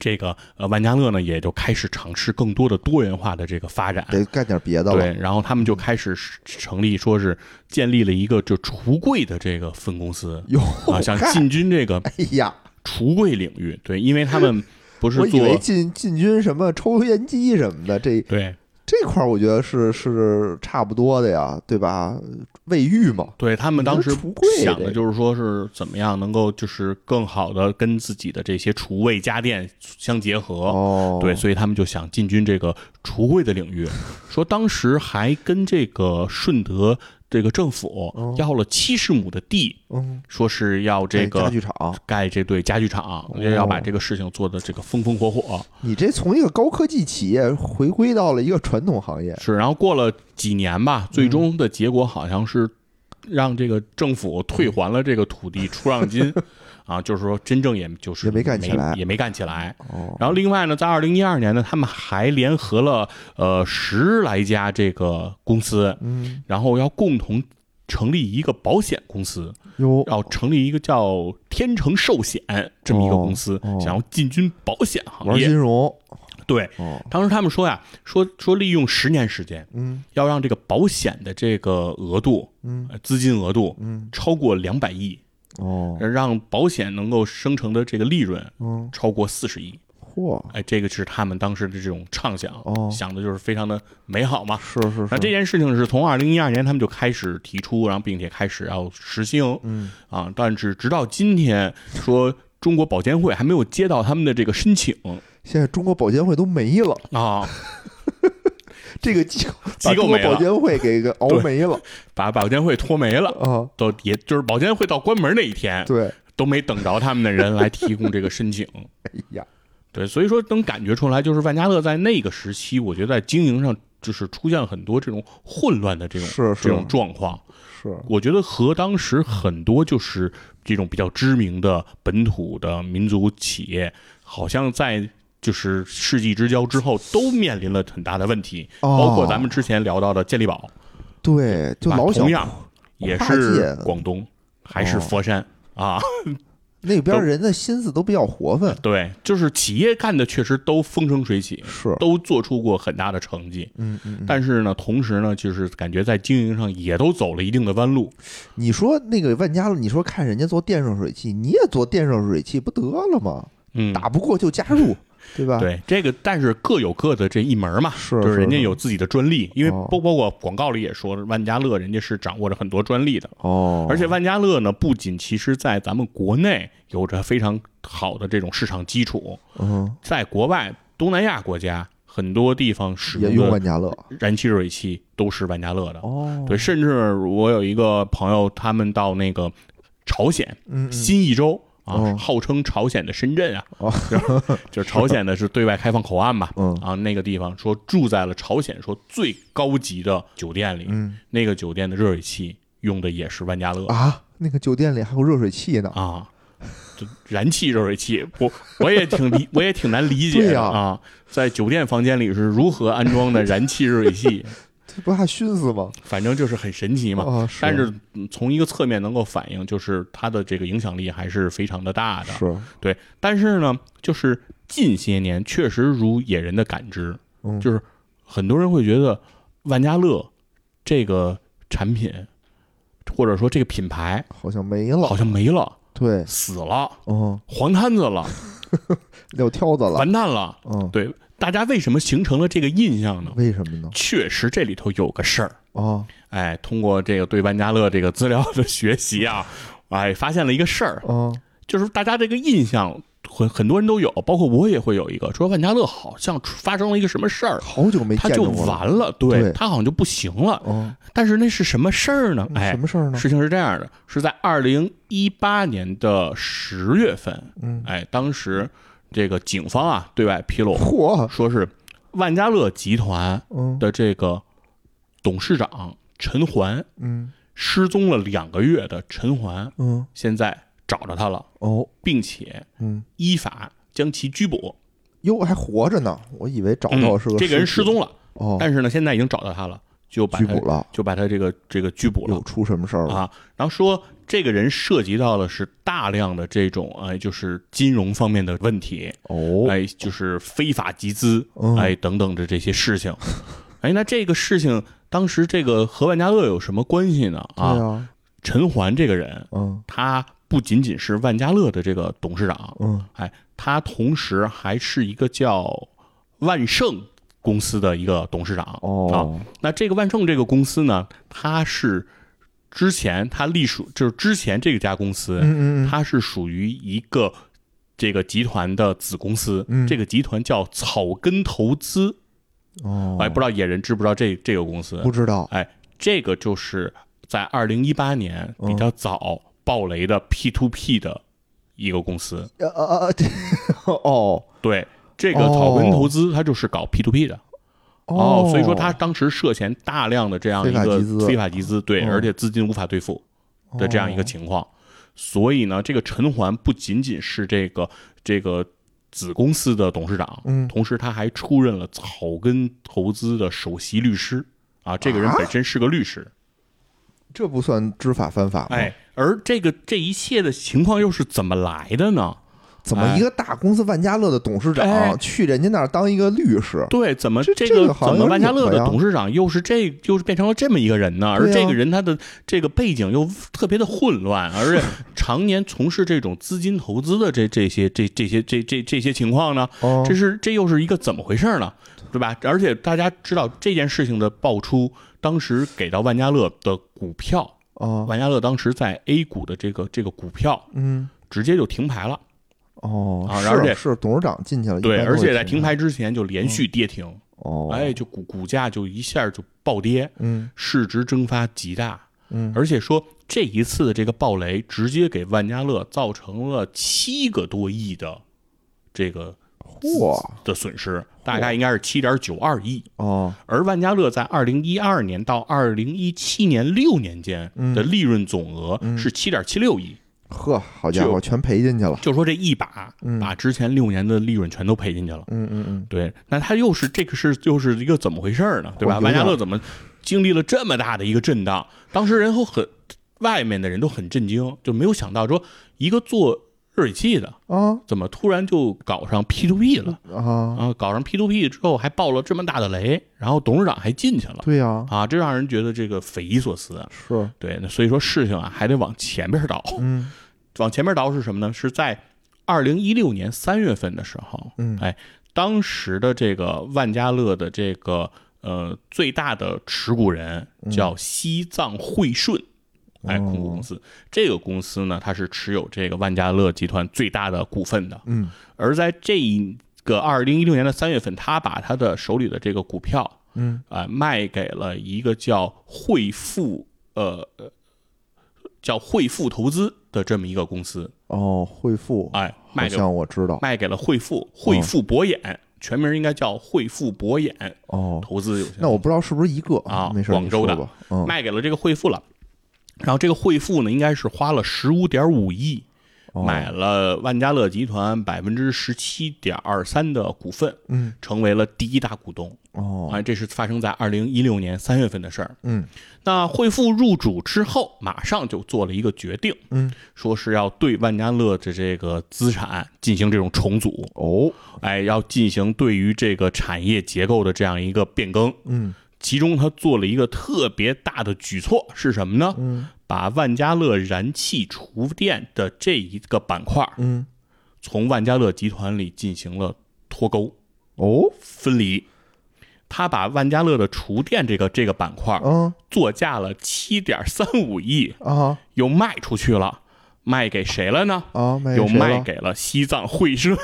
S2: 这个呃万家乐呢也就开始尝试更多的多元化的这个发展，
S1: 得干点别的了。
S2: 哎
S1: 嗯
S2: 对，然后他们就开始是成立，说是建立了一个就橱柜的这个分公司
S1: 哟，
S2: 啊，想
S1: 嗨
S2: 进军这个
S1: 哎呀，
S2: 橱柜领域，对，因为他们不是
S1: 我以为
S2: 做
S1: 进进军什么抽烟机什么的，这
S2: 对
S1: 这块儿我觉得是是差不多的呀，对吧？卫浴嘛，
S2: 对，他们当时
S1: 你说橱柜
S2: 想
S1: 这
S2: 的
S1: 个
S2: 就是说是怎么样能够就是更好的跟自己的这些厨卫家电相结合。
S1: 哦，
S2: 对，所以他们就想进军这个橱柜的领 域，说当时还跟这个顺德这个政
S1: 哦
S2: 府要了七十亩的地，
S1: 嗯，
S2: 说是要这
S1: 哎
S2: 个
S1: 家具哦厂，
S2: 盖这对家具厂，要把这个事情做的这个风风火火。
S1: 你这从一个高科技企业回归到了一个传统行业，
S2: 是，然后过了几年
S1: 嗯
S2: 吧，最终的结果好像是让这个政府退还了这个土地出 让金，啊，就是说真正也就是
S1: 也没干起来
S2: 也没干起来。
S1: 哦，
S2: 然后另外呢，在二零一二年呢，他们还联合了呃十来家这个公司，
S1: 嗯，
S2: 然后要共同成立一个保险公司，
S1: 哟，
S2: 要成立一个叫天成寿险这么一个公司，
S1: 哦哦
S2: 想要进军保险行
S1: 玩
S2: 业
S1: 金。融，
S2: 对，
S1: 哦，
S2: 当时他们说呀，说说利用十年时间。
S1: 嗯
S2: 要让这个保险的这个额度，
S1: 嗯
S2: 呃资金额度
S1: 嗯，
S2: 超过两百亿，
S1: 哦，
S2: 让保险能够生成的这个利润
S1: 嗯，
S2: 超过四十亿。
S1: 嚯，
S2: 哎，这个是他们当时的这种畅想，
S1: 哦
S2: 想的就是非常的美好嘛。
S1: 是是
S2: 那
S1: 是，
S2: 这件事情是从二零一二年他们就开始提出，然后并且开始要实行
S1: 嗯，
S2: 啊，但是直到今天说。中国保监会还没有接到他们的这个申请
S1: 现在中国保监会都没了，
S2: 啊，
S1: 这个机构
S2: 机构
S1: 把中国
S2: 没
S1: 保
S2: 了，
S1: 监会给给熬
S2: 对
S1: 没了
S2: 把保监会拖没了，
S1: 啊！
S2: 都也就是保监会到关门那一天
S1: 对，
S2: 都没等着他们的人来提供这个申请。
S1: 哎呀，
S2: 对，所以说能感觉出来，就是万家乐在那个时期，我觉得在经营上就是出现了很多这种混乱的这种
S1: 是
S2: 这
S1: 是
S2: 种状况。
S1: 是，
S2: 我觉得和当时很多就是这种比较知名的本土的民族企业，好像在就是世纪之交之后都面临了很大的问题，
S1: 哦
S2: 包括咱们之前聊到的健力宝，
S1: 对，就
S2: 啊
S1: 老想
S2: 同样也
S1: 跨界
S2: 是广东，还是
S1: 哦
S2: 佛山、啊。
S1: 那边
S2: 都
S1: 人的心思都比较活泛，
S2: 对，就是企业干的确实都风生水起，
S1: 是，
S2: 都做出过很大的成绩。
S1: 嗯嗯，嗯
S2: 但是呢，同时呢，就是感觉在经营上也都走了一定的弯路。
S1: 你说那个万家乐，你说看人家做电热水器，你也做电热水器不得了吗？
S2: 嗯，
S1: 打不过就加 入，对吧？，
S2: 对这个，但是各有各的这一门嘛，
S1: 是
S2: 就是
S1: 是
S2: 人家有自己的专利，因为
S1: 哦
S2: 包包括广告里也说了，万家乐人家是掌握着很多专利的。
S1: 哦，
S2: 而且万家乐呢，不仅其实在咱们国内有着非常好的这种市场基础，
S1: 嗯，
S2: 在国外东南亚国家很多地方使
S1: 也
S2: 用
S1: 用
S2: 的
S1: 万家乐，
S2: 燃气热水器都是万家乐的。
S1: 哦，
S2: 对，甚至我有一个朋友，他们到那个朝鲜
S1: 嗯，嗯，
S2: 新义州啊
S1: 哦，
S2: 号称朝鲜的深圳啊
S1: 哦，
S2: 就是 就是朝鲜的是对外开放口岸嘛，
S1: 嗯
S2: 啊，那个地方说住在了朝鲜说最高级的酒店里，
S1: 嗯
S2: 那个酒店的热水器用的也是万家乐
S1: 啊，那个酒店里还有热水器呢，
S2: 嗯啊。就燃气热水器，我我也挺 理，我也挺难理解
S1: 对
S2: 的
S1: 呀
S2: 啊，在酒店房间里是如何安装的燃气热水器，
S1: 这不怕熏死吗？
S2: 反正就是很神奇嘛。
S1: 啊，
S2: 但是嗯从一个侧面能够反映，就是它的这个影响力还是非常的大的。
S1: 是，
S2: 对，但是呢，就是近些年确实如野人的感知，
S1: 嗯
S2: 就是很多人会觉得万家乐这个产品或者说这个品牌
S1: 好像没
S2: 好
S1: 了，
S2: 像没了，
S1: 对，
S2: 死了，
S1: 嗯，
S2: 黄摊子了，
S1: 撂挑子了，
S2: 完蛋了。
S1: 嗯，
S2: 对，大家为什么形成了这个印象呢？
S1: 为什么呢？
S2: 确实这里头有个事儿。
S1: 啊，
S2: 哎，通过这个对万家乐这个资料的学习啊，哎，发现了一个事儿，
S1: 啊，
S2: 就是大家这个印象，很很多人都有，包括我也会有一个，说万家乐好像出发生了一个什么事儿，
S1: 好久没
S2: 他
S1: 见着
S2: 就
S1: 我了，
S2: 完了，对
S1: 对
S2: 他好像就不行了。
S1: 嗯，
S2: 但是那是什么事儿呢？
S1: 那嗯
S2: 哎
S1: 什，么事儿呢？
S2: 事情是这样的，是在二零一八年的十月份，
S1: 嗯，
S2: 哎，当时这个警方啊对外披露，
S1: 嚯，
S2: 说是万家乐集团
S1: 嗯
S2: 的这个董事长陈环
S1: 嗯
S2: 失踪了两个月的陈环，
S1: 嗯，
S2: 现在找着他了，
S1: 哦，
S2: 并且
S1: 嗯，
S2: 依法将其拘捕。
S1: 哟，还活着呢，我以为找
S2: 嗯
S1: 到是个
S2: 这个人
S1: 尸
S2: 失
S1: 体
S2: 踪了，
S1: 哦，
S2: 但是呢，现在已经找到他了，就把
S1: 拘
S2: 他
S1: 捕了，
S2: 就把他这个这个拘捕
S1: 又
S2: 了
S1: 出什么事儿了？
S2: 啊。然后说这个人涉及到的是大量的这种哎，就是金融方面的问题，
S1: 哦，
S2: 哎，就是非法集资，
S1: 嗯
S2: 哎等等的这些事情。哎，那这个事情当时这个和万家乐有什么关系呢？
S1: 对
S2: 啊，
S1: 呀，
S2: 陈环这个人，
S1: 嗯
S2: 他不仅仅是万家乐的这个董事长，
S1: 嗯，
S2: 哎，他同时还是一个叫万盛公司的一个董事长。
S1: 哦，
S2: 那这个万盛这个公司呢，它是之前它隶属，就是之前这家公司，
S1: 嗯嗯
S2: 它是属于一个这个集团的子公司，
S1: 嗯
S2: 这个集团叫草根投资。
S1: 嗯，哦，
S2: 哎，不知道野人知不知道这这个公司？
S1: 不知道，
S2: 这个就是在二零一八年
S1: 嗯
S2: 比较早爆雷的 P to P 的一个公司。
S1: 呃呃呃，这哦
S2: 对，这个草根投资它就是搞 P to P 的
S1: 哦，
S2: 所以说它当时涉嫌大量的这样
S1: 非
S2: 一
S1: 法
S2: 个
S1: 集资
S2: 非法集资，对，
S1: 嗯
S2: 而且资金无法兑付
S1: 哦
S2: 的这样一个情况。所以呢，这个陈环不仅仅是这个这个子公司的董事长，
S1: 嗯
S2: 同时他还出任了草根投资的首席律师啊。这个人
S1: 啊
S2: 本身是个律师，
S1: 这不算知法犯法吗？
S2: 哎，，而这个这一切的情况又是怎么来的呢？
S1: 怎么一个大公司万家乐的董事长、
S2: 哎
S1: 去人家那儿当一个律师？
S2: 对，怎么
S1: 这
S2: 这
S1: 这
S2: 个
S1: 个好像
S2: 怎么
S1: 有
S2: 万家乐
S1: 点
S2: 的
S1: 呀
S2: 董事长又是这又是变成了这么一个人呢？而
S1: 对呀啊
S2: 这个人他的这个背景又特别的混乱， 而且常年从事这种资金投资的这这些这这些这这这些情况呢，
S1: 哦，
S2: 这是这又是一个怎么回事呢？对吧？而且大家知道这件事情的爆出，当时给到万家乐的股票，
S1: 哦，
S2: 万家乐当时在 A 股的这个这个股票
S1: 嗯，
S2: 直接就停牌了。
S1: 哦，
S2: 啊
S1: 是
S2: 而且
S1: 是董事长进去了，
S2: 对，
S1: 一般都
S2: 而
S1: 会
S2: 且在
S1: 停
S2: 停
S1: 牌，嗯
S2: 牌之前就连续跌停，
S1: 哦，
S2: 哎，，就股股价就一下就暴跌，
S1: 嗯
S2: 市值蒸发极大，
S1: 嗯，
S2: 而且说这一次的这个暴雷，直接给万家乐造成了七个多亿的这个
S1: 嚯，
S2: 的损失，大概应该是七点九二亿。
S1: 哦，
S2: 而万家乐在二零一二年到二零一七年六年间的利润总额是七点七六亿，
S1: 呵，好家伙，
S2: 就
S1: 全赔进去了。
S2: 就说这一把
S1: 嗯
S2: 把之前六年的利润全都赔进去了。
S1: 嗯嗯嗯，
S2: 对，那他又是这个是又是一个怎么回事儿呢？对吧？
S1: 我觉得
S2: 万家乐怎么经历了这么大的一个震荡？当时人都很，外面的人都很震惊，就没有想到说一个做热水器的
S1: 啊
S2: 怎么突然就搞上 P to P 了
S1: 啊，
S2: 啊？搞上 P to P 之后还爆了这么大的雷，然后董事长还进去了
S1: 对呀，
S2: 啊，这让人觉得这个匪夷所思。啊
S1: 是，
S2: 对，那所以说事情啊还得往前边倒，
S1: 嗯
S2: 往前面倒是什么呢？是在二零一六年三月份的时候，
S1: 嗯
S2: 哎，当时的这个万家乐的这个呃最大的持股人
S1: 嗯
S2: 叫西藏汇顺。
S1: 哦
S2: 哎，控股公司、这个公司呢，它是持有这个万家乐集团最大的股份的。
S1: 嗯，
S2: 而在这一个二零一六年的三月份，他把他的手里的这个股票，
S1: 嗯，
S2: 啊、卖给了一个叫汇富，呃，呃叫汇富投资的这么一个公司，
S1: 哦，汇富，
S2: 哎，
S1: 好
S2: 卖给
S1: 像我知道。
S2: 卖给了汇富，汇富博眼，全名应该叫汇富博眼
S1: 哦，
S2: 投资有限公司。
S1: 那我不知道是不是一个
S2: 啊
S1: 没事，
S2: 广州的
S1: 你说吧，嗯，
S2: 卖给了这个汇富了。然后这个汇富呢，应该是花了十五点五亿
S1: 哦
S2: 买了万家乐集团百分之十七点二三的股份，
S1: 嗯，
S2: 成为了第一大股东。
S1: 哦，
S2: 啊，这是发生在二零一六年三月份的事儿。
S1: 嗯
S2: 那汇富入主之后，马上就做了一个决定，
S1: 嗯，
S2: 说是要对万家乐的这个资产进行这种重组，
S1: 哦，
S2: 哎，要进行对于这个产业结构的这样一个变更。
S1: 嗯
S2: 其中他做了一个特别大的举措是什么呢？
S1: 嗯
S2: 把万家乐燃气厨电的这一个板块
S1: 嗯，
S2: 从万家乐集团里进行了脱钩
S1: 哦，
S2: 分离。他把万家乐的厨电这个这个板块
S1: 嗯
S2: 作价了七点三五亿，
S1: 啊
S2: 又卖出去了，卖给谁了呢？
S1: 啊，卖给
S2: 又
S1: 谁
S2: 卖
S1: 了
S2: 给了西藏汇顺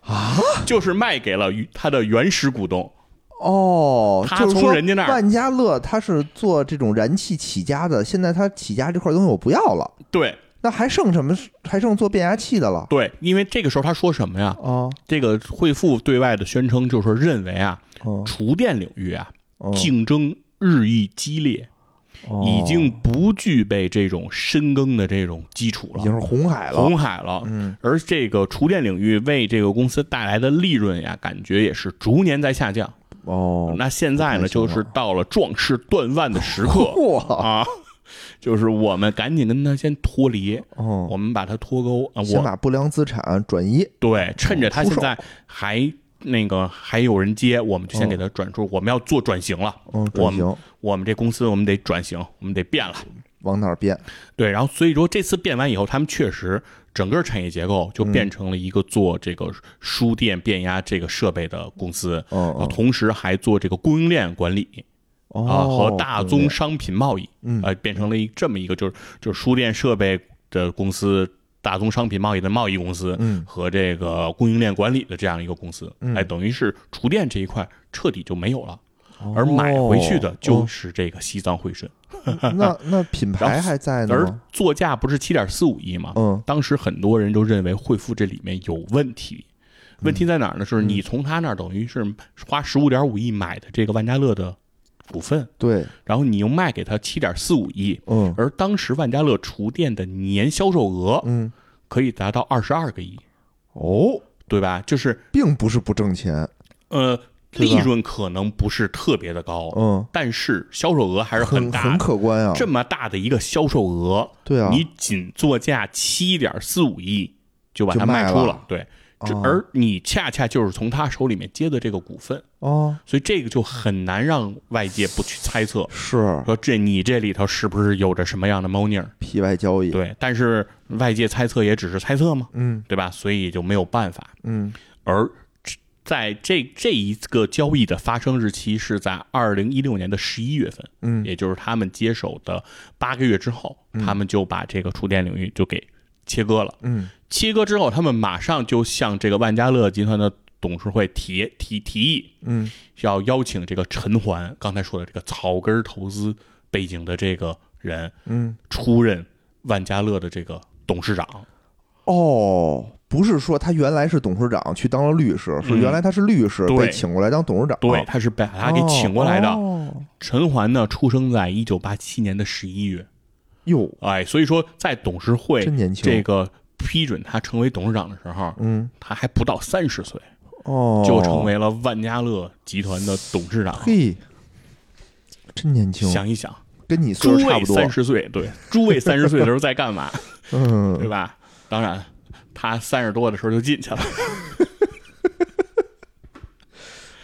S2: 啊， 就是卖给了与他的原始股东。
S1: 哦，
S2: 他
S1: 就是
S2: 从
S1: 说
S2: 人家那儿
S1: 万家乐他是做这种燃气起家的，现在他起家这块东西我不要了，
S2: 对
S1: 那还剩什么？还剩做变压器的了
S2: 对，因为这个时候他说什么呀？
S1: 啊？
S2: 这个惠富对外的宣称就是认为啊，
S1: 嗯，
S2: 厨电领域啊
S1: 嗯
S2: 竞争日益激烈，
S1: 哦
S2: 已经不具备这种深耕的这种基础
S1: 已
S2: 了
S1: 经。是红海了，
S2: 红海了，
S1: 嗯，
S2: 而这个厨电领域为这个公司带来的利润呀，感觉也是逐年在下降。
S1: 哦，
S2: 那现在呢，
S1: 不太行
S2: 就
S1: 了
S2: 是到嗯了壮士断腕的时 刻
S1: 嚯，
S2: 啊，就是我们赶紧跟他先脱离，
S1: 哦，
S2: 我们把它哦脱钩啊，
S1: 先
S2: 我
S1: 把不良资产转移，
S2: 对，趁着他
S1: 出
S2: 现
S1: 手
S2: 在还那个还有人接，我们就先给他转出，我们要做转型了，
S1: 嗯，
S2: 我
S1: 转
S2: 们
S1: 型
S2: 我们这公司我们得转型，我们得变了。
S1: 往哪儿变？
S2: 对，然后所以说这次变完以后，他们确实整个产业结构就
S1: 嗯
S2: 变成了一个做这个输电变压这个设备的公司，
S1: 嗯
S2: 啊同时还做这个供应链管理
S1: 哦，
S2: 啊和大
S1: 对
S2: 宗商品贸易，
S1: 嗯
S2: 呃，变成了一这么一个就是就是输电设备的公司。大宗商品贸易的贸易公司
S1: 嗯
S2: 和这个供应链管理的这样一个公司，
S1: 嗯
S2: 哎，等于是厨电这一块彻底就没有了，
S1: 哦
S2: 而买回去的就
S1: 哦
S2: 是这个西藏汇顺，
S1: 那那品牌还在呢
S2: 而
S1: 吗？
S2: 作价不是七点四五亿吗？
S1: 嗯，
S2: 当时很多人就认为汇富这里面有问题，问
S1: 嗯
S2: 题在哪儿呢？就是你从他那儿等于是花十五点五亿买的这个万家乐的股份，
S1: 对，
S2: 然后你又卖给他七点四五亿，
S1: 嗯
S2: 而当时万家乐厨电的年销售额
S1: 嗯，
S2: 可以达到二十二个亿，
S1: 哦，
S2: 对吧？就是
S1: 并不是不挣钱，
S2: 呃，
S1: 对
S2: 利
S1: 吧
S2: 润可能不是特别的高，
S1: 嗯，
S2: 但是销售额还是
S1: 很
S2: 大的。
S1: 可观啊，
S2: 这么大的一个销售额，
S1: 对啊，
S2: 你仅作价七点四五亿就把它
S1: 就卖
S2: 卖出
S1: 了
S2: 了，对。这
S1: 哦
S2: 而你恰恰就是从他手里面接的这个股份，
S1: 哦
S2: 所以这个就很难让外界不去猜测，
S1: 是
S2: 说这你这里头是不是有着什么样的猫腻儿？
S1: P Y 交易，
S2: 对，但是外界猜测也只是猜测嘛，
S1: 嗯
S2: 对吧？所以就没有办法。
S1: 嗯
S2: 而这在这这一个交易的发生日期是在二零一六年的十一月份，
S1: 嗯，
S2: 也就是他们接手的八个月之后，他们就把这个厨电领域就给切割了。
S1: 嗯
S2: 切割之后，他们马上就向这个万家乐集团的董事会提提提议，
S1: 嗯
S2: 要邀请这个陈环刚才说的这个草根投资背景的这个人
S1: 嗯，
S2: 出任万家乐的这个董事长。
S1: 哦，不是说他原来是董事长去当了律师，是
S2: 嗯
S1: 原来他是律师
S2: 对
S1: 被请过来当董事长，
S2: 对，他是把他给请过来的。
S1: 哦
S2: 陈环呢，出生在一九八七年的十一月，
S1: 哟，
S2: 哎，所以说在董事会
S1: 真年轻，
S2: 这个批准他成为董事长的时候，
S1: 嗯
S2: 他还不到三十岁，
S1: 哦，
S2: 就成为了万家乐集团的董事长。
S1: 嘿，真年轻，
S2: 想一想，
S1: 跟你
S2: 诸
S1: 岁数差
S2: 位
S1: 不多，
S2: 三十岁，对，诸位三十岁的时候 在干嘛？对
S1: 嗯，
S2: 吧？当然，他三十多的时候就进去了，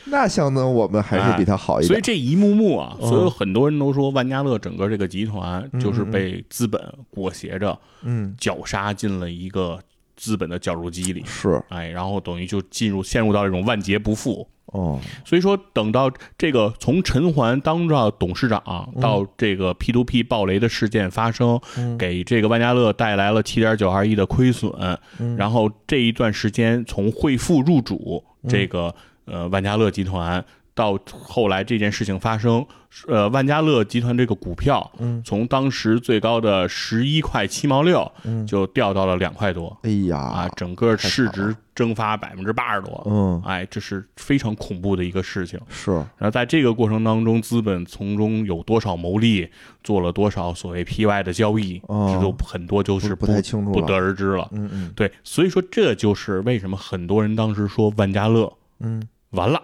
S1: 那相当我们还是比他好一
S2: 所以
S1: 点，
S2: 这一幕幕啊，
S1: 嗯
S2: 所以很多人都说万家乐整个这个集团就是被资本裹挟着
S1: 嗯，
S2: 绞杀进了一个资本的绞肉机里，
S1: 是
S2: 哎，然后等于就进入陷入到这种万劫不复。
S1: 哦，
S2: 所以说，等到这个从陈环当上董事长到这个 P to P 暴雷的事件发生，
S1: 嗯
S2: 给这个万家乐带来了七点九二亿的亏损，
S1: 嗯
S2: 然后这一段时间从汇富入主
S1: 嗯
S2: 这个、呃万家乐集团。到后来这件事情发生，呃，万家乐集团这个股票，
S1: 嗯
S2: 从当时最高的十一块七毛六，
S1: 嗯
S2: 就掉到了两块多
S1: 哎
S2: 啊
S1: 呀，，
S2: 整个
S1: 太惨
S2: 市
S1: 了
S2: 值蒸发百分之八十多，
S1: 嗯，
S2: 哎，这是非常恐怖的一个事情。
S1: 是，
S2: 然后在这个过程当中，资本从中有多少牟利，做了多少所谓 PY 的交易，
S1: 哦
S2: 这都很多就是
S1: 不
S2: 不
S1: 不太清楚
S2: 不得
S1: 了，
S2: 而知了。
S1: 嗯嗯
S2: 对，所以说这就是为什么很多人当时说万家乐
S1: 嗯
S2: 完了，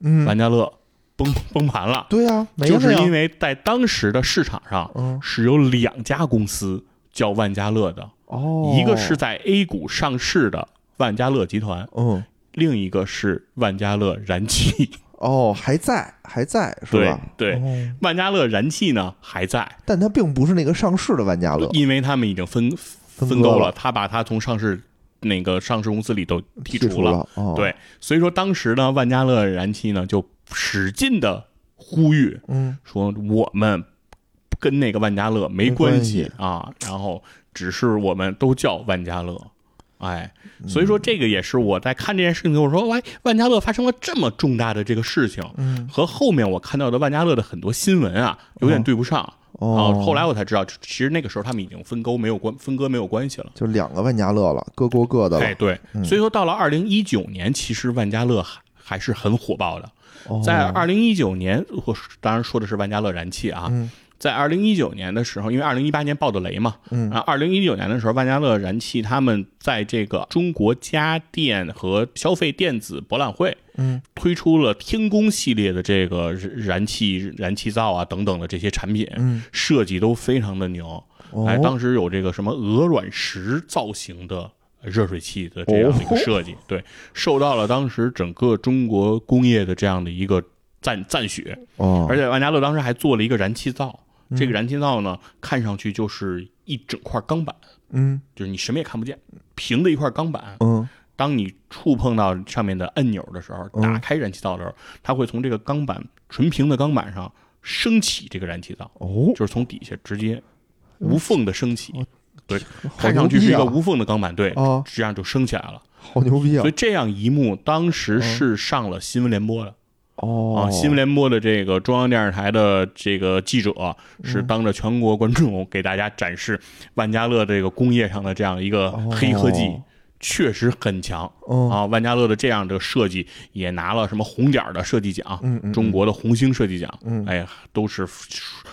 S1: 嗯，
S2: 万家乐崩崩盘了，
S1: 对呀，没
S2: 就是
S1: 了呀
S2: 因为在当时的市场上
S1: 嗯
S2: 是有两家公司叫万家乐的，
S1: 哦，
S2: 一个是在 A 股上市的万家乐集团，
S1: 嗯。
S2: 另一个是万家乐燃气。
S1: 哦，还在，还在是
S2: 对
S1: 吧？
S2: 对，
S1: 哦
S2: 万家乐燃气呢还在，
S1: 但它并不是那个上市的万家乐，
S2: 因为他们已经分
S1: 分
S2: 分
S1: 割
S2: 购
S1: 了
S2: 了，他把他从上市那个上市公司里头剔
S1: 除
S2: 除了。
S1: 哦、，
S2: 对，所以说当时呢，万家乐燃气呢就使劲的呼吁
S1: 嗯，
S2: 说，我们跟那个万家乐没关
S1: 没
S2: 系啊，然后只是我们都叫万家乐。哎，
S1: 嗯
S2: 所以说这个也是我在看这件事情的时候，我说，哎，万家乐发生了这么重大的这个事情，
S1: 嗯，
S2: 和后面我看到的万家乐的很多新闻啊，有点对不上。啊
S1: 哦，
S2: 后来我才知道，其实那个时候他们已经分沟没有关分割没有关系了。
S1: 就两个万家乐了，各过各的了。嗯
S2: 哎，对，所以说到了二零一九年，其实万家乐还还是很火爆的。
S1: 哦
S2: 在二零一九年，我当然说的是万家乐燃气啊，
S1: 嗯
S2: 在二零一九年的时候，因为二零一八年爆的雷嘛，
S1: 嗯
S2: 啊，二零一九年的时候，万家乐燃气他们在这个中国家电和消费电子博览会，
S1: 嗯，
S2: 推出了天宫系列的这个燃气、燃气灶啊等等的这些产品，
S1: 嗯，
S2: 设计都非常的牛。
S1: 哦
S2: 哎，当时有这个什么鹅卵石造型的热水器的这样的一
S1: 哦
S2: 个设计，对，受到了当时整个中国工业的这样的一个赞赞许。
S1: 哦，嗯
S2: 而且万家乐当时还做了一个燃气灶，这个燃气灶呢，看上去就是一整块钢板，
S1: 嗯
S2: 就是你什么也看不见，平的一块钢板。
S1: 嗯
S2: 当你触碰到上面的按钮的时候，
S1: 嗯
S2: 打开燃气灶的时候，它会从这个钢板纯平的钢板上升起这个燃气灶，
S1: 哦，
S2: 就是从底下直接无缝的升起。对，
S1: 好
S2: 看
S1: 牛
S2: 上去是
S1: 逼
S2: 一
S1: 啊
S2: 个无缝的钢板，对，
S1: 啊，
S2: 这样就升起来了。
S1: 好牛逼啊
S2: 所以！这样一幕，当时是上了新闻联播的
S1: 哦
S2: 啊，，新闻联播的这个中央电视台的这个记者
S1: 嗯
S2: 是当着全国观众给大家展示万家乐这个工业上的这样一个黑科技
S1: 哦，
S2: 确实很强。
S1: 嗯
S2: 啊，万家乐的这样的设计也拿了什么红点儿的设计奖，
S1: 嗯嗯
S2: 中国的红星设计奖，
S1: 嗯
S2: 哎呀，都是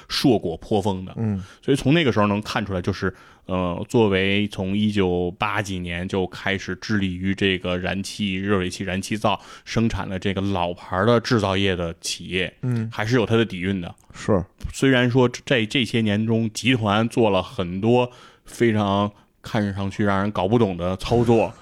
S2: 硕果颇丰的。
S1: 嗯
S2: 所以从那个时候能看出来，就是呃，作为从一九八几年就开始致力于这个燃气、热水器、燃气灶生产的这个老牌儿的制造业的企业，
S1: 嗯，
S2: 还是有它的底蕴的。
S1: 是
S2: 虽然说在这些年中，集团做了很多非常看上去让人搞不懂的操作，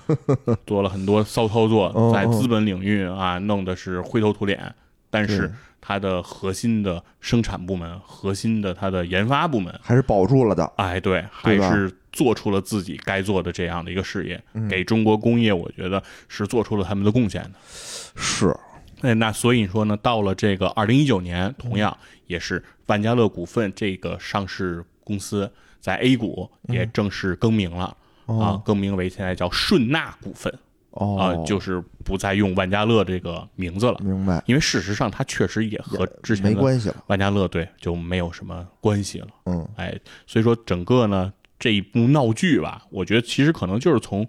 S2: 做了很多骚操
S1: 嗯
S2: 作，在
S1: 嗯
S2: 资本领域啊，弄的是灰头土脸。但是
S1: 对
S2: 它的核心的生产部门、核心的它的研发部门，
S1: 还是保住了的。
S2: 哎，对，还
S1: 对吧嗯
S2: 是做出了自己该做的这样的一个事业，给中国工业，我觉得是做出了他们的贡献的。
S1: 是，
S2: 哎，那所以说呢，到了这个二零一九年，同样也是万家乐股份这个上市公司在 A 股也正式更名了、啊
S1: 嗯哦，
S2: 更名为现在叫顺纳股份。啊、
S1: 哦，
S2: 就是不再用万家乐这个名字了，
S1: 明白，
S2: 因为事实上它确实也和之前
S1: 没
S2: 的
S1: 关系了，
S2: 万家乐对就没有什么关系了。
S1: 嗯，
S2: 哎，所以说整个呢这一部闹剧吧，我觉得其实可能就是从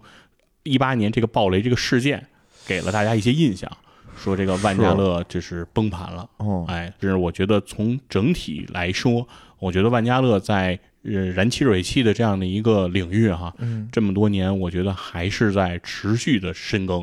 S2: 一八年这个暴雷这个事件给了大家一些印象，说这个万
S1: 啊
S2: 家乐就是崩盘了。
S1: 哦，
S2: 哎，就是我觉得从整体来说，我觉得万家乐在呃燃气锐气的这样的一个领域哈，
S1: 嗯
S2: 这么多年，我觉得还是在持续的深耕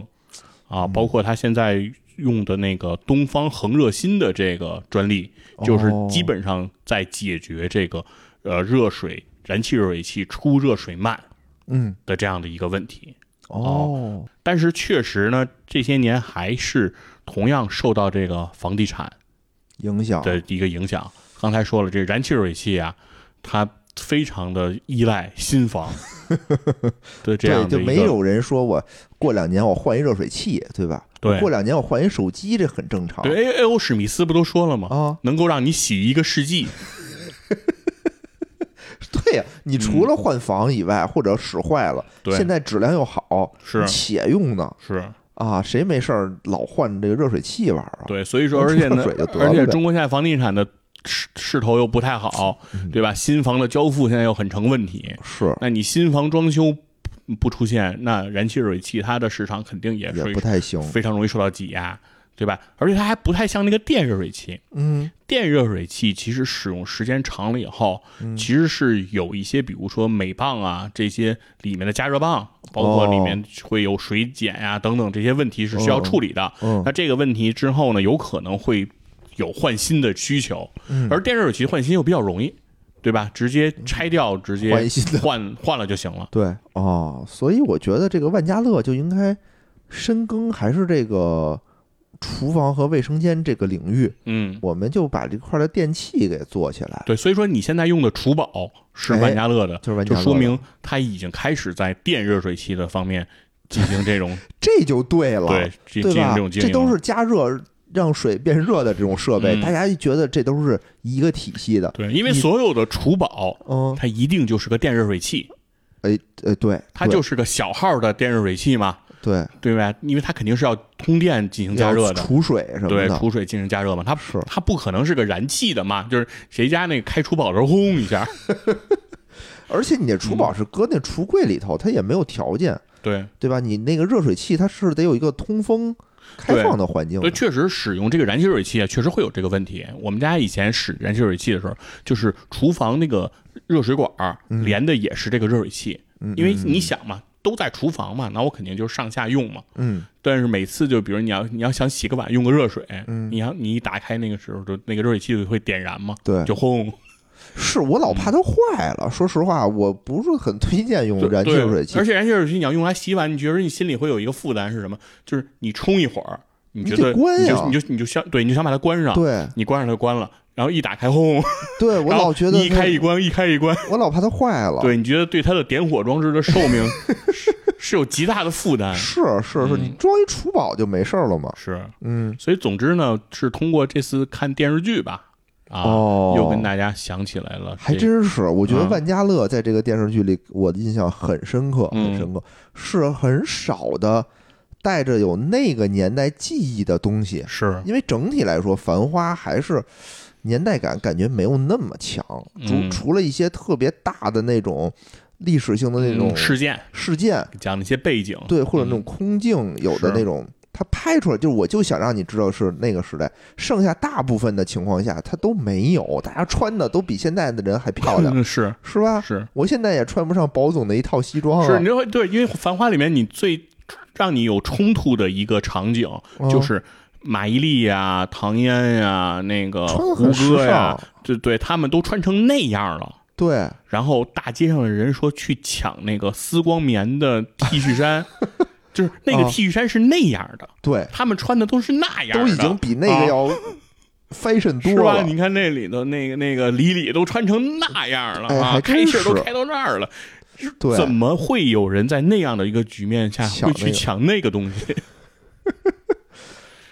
S2: 啊，
S1: 嗯
S2: 包括他现在用的那个东方恒热新的这个专利，就是
S1: 哦
S2: 基本上在解决这个呃热水燃气热水器出热水慢
S1: 嗯，
S2: 的这样的一个问题。
S1: 哦，
S2: 但是确实呢，这些年还是同样受到这个房地产
S1: 影响，
S2: 的一个影响。刚才说了，这燃气热水器啊，它非常的依赖 新房对这样
S1: 对，
S2: 的
S1: 就
S2: 一
S1: 没
S2: 个
S1: 有人说我过两年我换一热水器，对吧？
S2: 对
S1: 过两年我换一手机，这很正常。
S2: 对 A A O 史密斯不都说了吗？
S1: 啊，
S2: 能够让你洗一个世纪，
S1: 对呀，你除了换房以外，或者使坏了，
S2: 对
S1: 现在质量又好，
S2: 是
S1: 且用呢
S2: 是
S1: 啊，谁没事儿老换这个热水器玩儿啊？
S2: 对，所以说，而且呢
S1: 热水就，得了
S2: 而
S1: 呗
S2: 且中国现在房地产的势势头又不太好，
S1: 嗯
S2: 对吧？新房的交付现在又很成问题，
S1: 是
S2: 那你新房装修不不出现，那燃气热水器它的市场肯定也
S1: 也
S2: 是
S1: 不太行，
S2: 非常容易受到挤压，对吧？而且它还不太像那个电热水器，
S1: 嗯，
S2: 电热水器其实使用时间长了以后，
S1: 嗯
S2: 其实是有一些，比如说镁棒啊这些里面的加热棒，包括
S1: 哦
S2: 里面会有水碱呀、等等这些问题是需要处理的。
S1: 嗯
S2: 那这个问题之后呢，有可能会有换新的需求，
S1: 嗯
S2: 而电热水器换新又比较容易，对吧？直接拆掉，直接
S1: 换一新的
S2: 换换了就行了。
S1: 对哦，所以我觉得这个万家乐就应该深耕还是这个厨房和卫生间这个领域，
S2: 嗯，
S1: 我们就把这块儿的电器给做起来。
S2: 对，所以说你现在用的厨宝是万家乐的，
S1: 就是万家
S2: 就
S1: 乐
S2: 说明它已经开始在电热水器的方面进行这种
S1: 这就对了，
S2: 对，进
S1: 对
S2: 进行
S1: 吧
S2: 这种？经营
S1: 这
S2: 了，
S1: 都是加热让水变热的这种设备，
S2: 嗯
S1: 大家一觉得这都是一个体系的。
S2: 对，因为
S1: 你
S2: 所有的厨宝，
S1: 嗯，
S2: 它一定就是个电热水器，
S1: 哎，呃，对，
S2: 它就是个小号的电热水器嘛，
S1: 对
S2: 对吧？因为它肯定是要通电进行
S1: 对
S2: 加热的，
S1: 储水什么
S2: 对，
S1: 的，
S2: 储水进行加热嘛，它
S1: 是
S2: 它不可能是个燃气的嘛，就是谁家那个开厨宝的时候轰一下，
S1: 而且你这厨
S2: 嗯
S1: 宝是搁那橱柜里头，它也没有条件，
S2: 对
S1: 对吧？你那个热水器它是得有一个通风开放的环境
S2: 对，
S1: 的，
S2: 确实使用这个燃气热水器啊，确实会有这个问题。我们家以前使燃气热水器的时候，就是厨房那个热水管儿连的也是这个热水器，
S1: 嗯
S2: 因为你想嘛，都在厨房嘛，那我肯定就是上下用嘛。
S1: 嗯，
S2: 但是每次就比如你要你要想洗个碗用个热水，
S1: 嗯
S2: 你要你一打开那个时候就那个热水器就会点燃嘛，
S1: 对，
S2: 就轰。
S1: 是我老怕它坏了。说实话，我不是很推荐用嗯燃气
S2: 对
S1: 热水器
S2: 而，且燃气热水器你要用来洗碗，你觉得你心里会有一个负担是什么？就是你冲一会儿，你觉
S1: 你
S2: 得
S1: 得关
S2: 你
S1: 呀
S2: 就你就你就想对，你就想把它关上，
S1: 对
S2: 你关上它就关了，然后一打开轰，
S1: 对，我
S2: 然后
S1: 老觉得
S2: 一开一关一开一关，
S1: 我老怕它坏了。
S2: 对，你觉得对它的点火装置的寿命是是有极大的负担，
S1: 是是
S2: 嗯
S1: 是，你装一厨宝就没事儿了嘛。
S2: 是。
S1: 嗯，
S2: 所以总之呢，是通过这次看电视剧吧，啊，
S1: 哦
S2: 又跟大家想起来了，
S1: 还
S2: 这
S1: 真是，我觉得
S2: 嗯
S1: 万家乐在这个电视剧里，我的印象很深刻，
S2: 嗯
S1: 很深刻，是很少的带着有那个年代记忆的东西，
S2: 是
S1: 因为整体来说，《繁花》还是年代感感觉没有那么强，除
S2: 嗯
S1: 除了一些特别大的那种历史性的那种
S2: 嗯事件，
S1: 事件，
S2: 讲那些背景，
S1: 对，或者那
S2: 嗯
S1: 种空镜，有的
S2: 是
S1: 那种，它拍出来就是，我就想让你知道是那个时代。剩下大部分的情况下，它都没有，大家穿的都比现在的啊人还漂亮，
S2: 嗯 是
S1: 是吧？
S2: 是
S1: 我现在也穿不上保总的一套西装啊，
S2: 是，你就会对，因为《繁花》里面你最让你有冲突的一个场景
S1: 嗯
S2: 就是。马伊琍呀、唐嫣呀、那个
S1: 穿得
S2: 胡
S1: 很时
S2: 歌呀
S1: 尚，
S2: 对对，他们都穿成那样了。
S1: 对，
S2: 然后大街上的人说去抢那个丝光棉的 T 恤衫，就是那个
S1: 啊
S2: T 恤衫是那样的，
S1: 对，
S2: 他们穿的都是那样的，
S1: 都已经比那个
S2: 啊
S1: 要 fashion
S2: 是
S1: 多
S2: 吧？
S1: 了。
S2: 你看那里头那个那个李李都穿成那样了、
S1: 哎
S2: 啊，
S1: 还
S2: 开
S1: 真
S2: 气儿都
S1: 是
S2: 开到那儿了，是
S1: 对
S2: 怎么会有人在那样的一个局面下
S1: 抢
S2: 会去
S1: 那个
S2: 抢那个东西？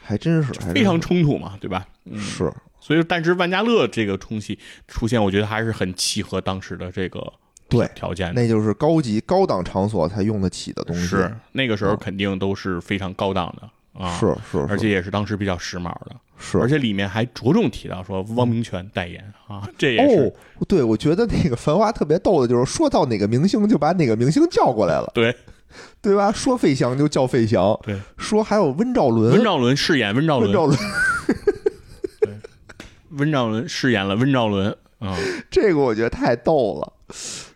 S1: 还真是，还真
S2: 非常冲突嘛，对吧？嗯，
S1: 是
S2: 所以但是万家乐这个东西出现，我觉得还是很契合当时的这个
S1: 对
S2: 条件的。
S1: 那就是高级高档场所才用得起的东西，
S2: 嗯是那个时候
S1: 啊
S2: 肯定都是非常高档的啊，
S1: 是是，
S2: 而且也是当时比较时髦的，
S1: 是
S2: 而且里面还着重提到说汪明荃代言啊， 这也是、
S1: 哦，对，我觉得那个《繁花》特别逗的就是，说到哪个明星就把哪个明星叫过来了，
S2: 对
S1: 对吧？说费翔就叫费翔，
S2: 对。
S1: 说还有温兆伦，
S2: 温兆伦饰演温兆
S1: 温
S2: 伦，
S1: 兆伦，
S2: 温兆伦饰演了温兆伦啊、
S1: 这个我觉得太逗了。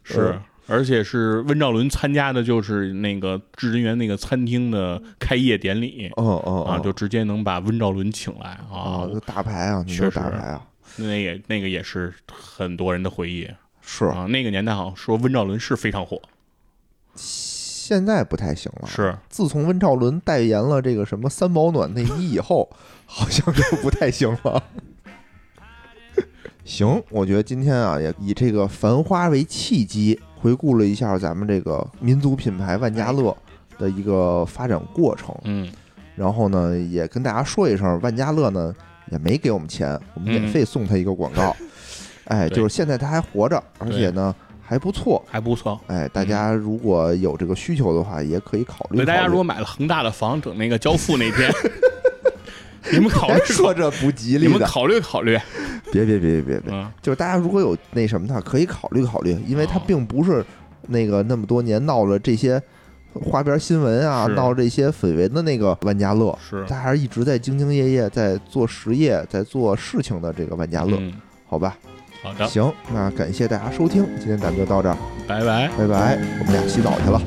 S2: 是。
S1: 嗯
S2: 而且是温兆伦参加的，就是那个智仁园那个餐厅的开业典礼
S1: 嗯嗯
S2: 啊，就直接能把温兆伦请来啊
S1: 啊，，就大牌啊，你
S2: 确
S1: 说
S2: 实
S1: 大牌啊，
S2: 那也那个也是很多人的回忆
S1: 是
S2: 啊。那个年代好像说温兆伦是非常火，
S1: 现在不太行了。
S2: 是
S1: 自从温兆伦代言了这个什么三保暖内衣以后， 好像就不太行了。 行，我觉得今天啊，也以这个《繁花》为契机，回顾了一下咱们这个民族品牌万家乐
S2: 哎
S1: 的一个发展过程。
S2: 嗯，
S1: 然后呢，也跟大家说一声，万家乐呢也没给我们钱，我们免费送他一个广告。哎，
S2: 对
S1: 就是现在他还活着，而且呢还不错。
S2: 还不错。
S1: 哎，大
S2: 嗯
S1: 家如果有这个需求的话，也可以考虑考
S2: 对
S1: 虑。
S2: 大家如果买了恒大的房，等那个交付那 天，你们考虑
S1: 别说这不吉
S2: 你
S1: 利
S2: 们
S1: 的，
S2: 考虑考虑，
S1: 别别别别别别，
S2: 嗯，
S1: 就是大家如果有那什么的，可以考虑考虑，因为它
S2: 哦
S1: 并不是那个那么多年闹了这些花边新闻啊，
S2: 是
S1: 闹这些绯闻的那个万家乐，
S2: 是
S1: 它还是一直在兢兢业业在做实业，在做事情的这个万家乐，
S2: 嗯，
S1: 好吧？
S2: 好的，
S1: 行，那感谢大家收听，今天咱们就到这儿，
S2: 拜拜。
S1: 拜拜，我们俩洗澡去了。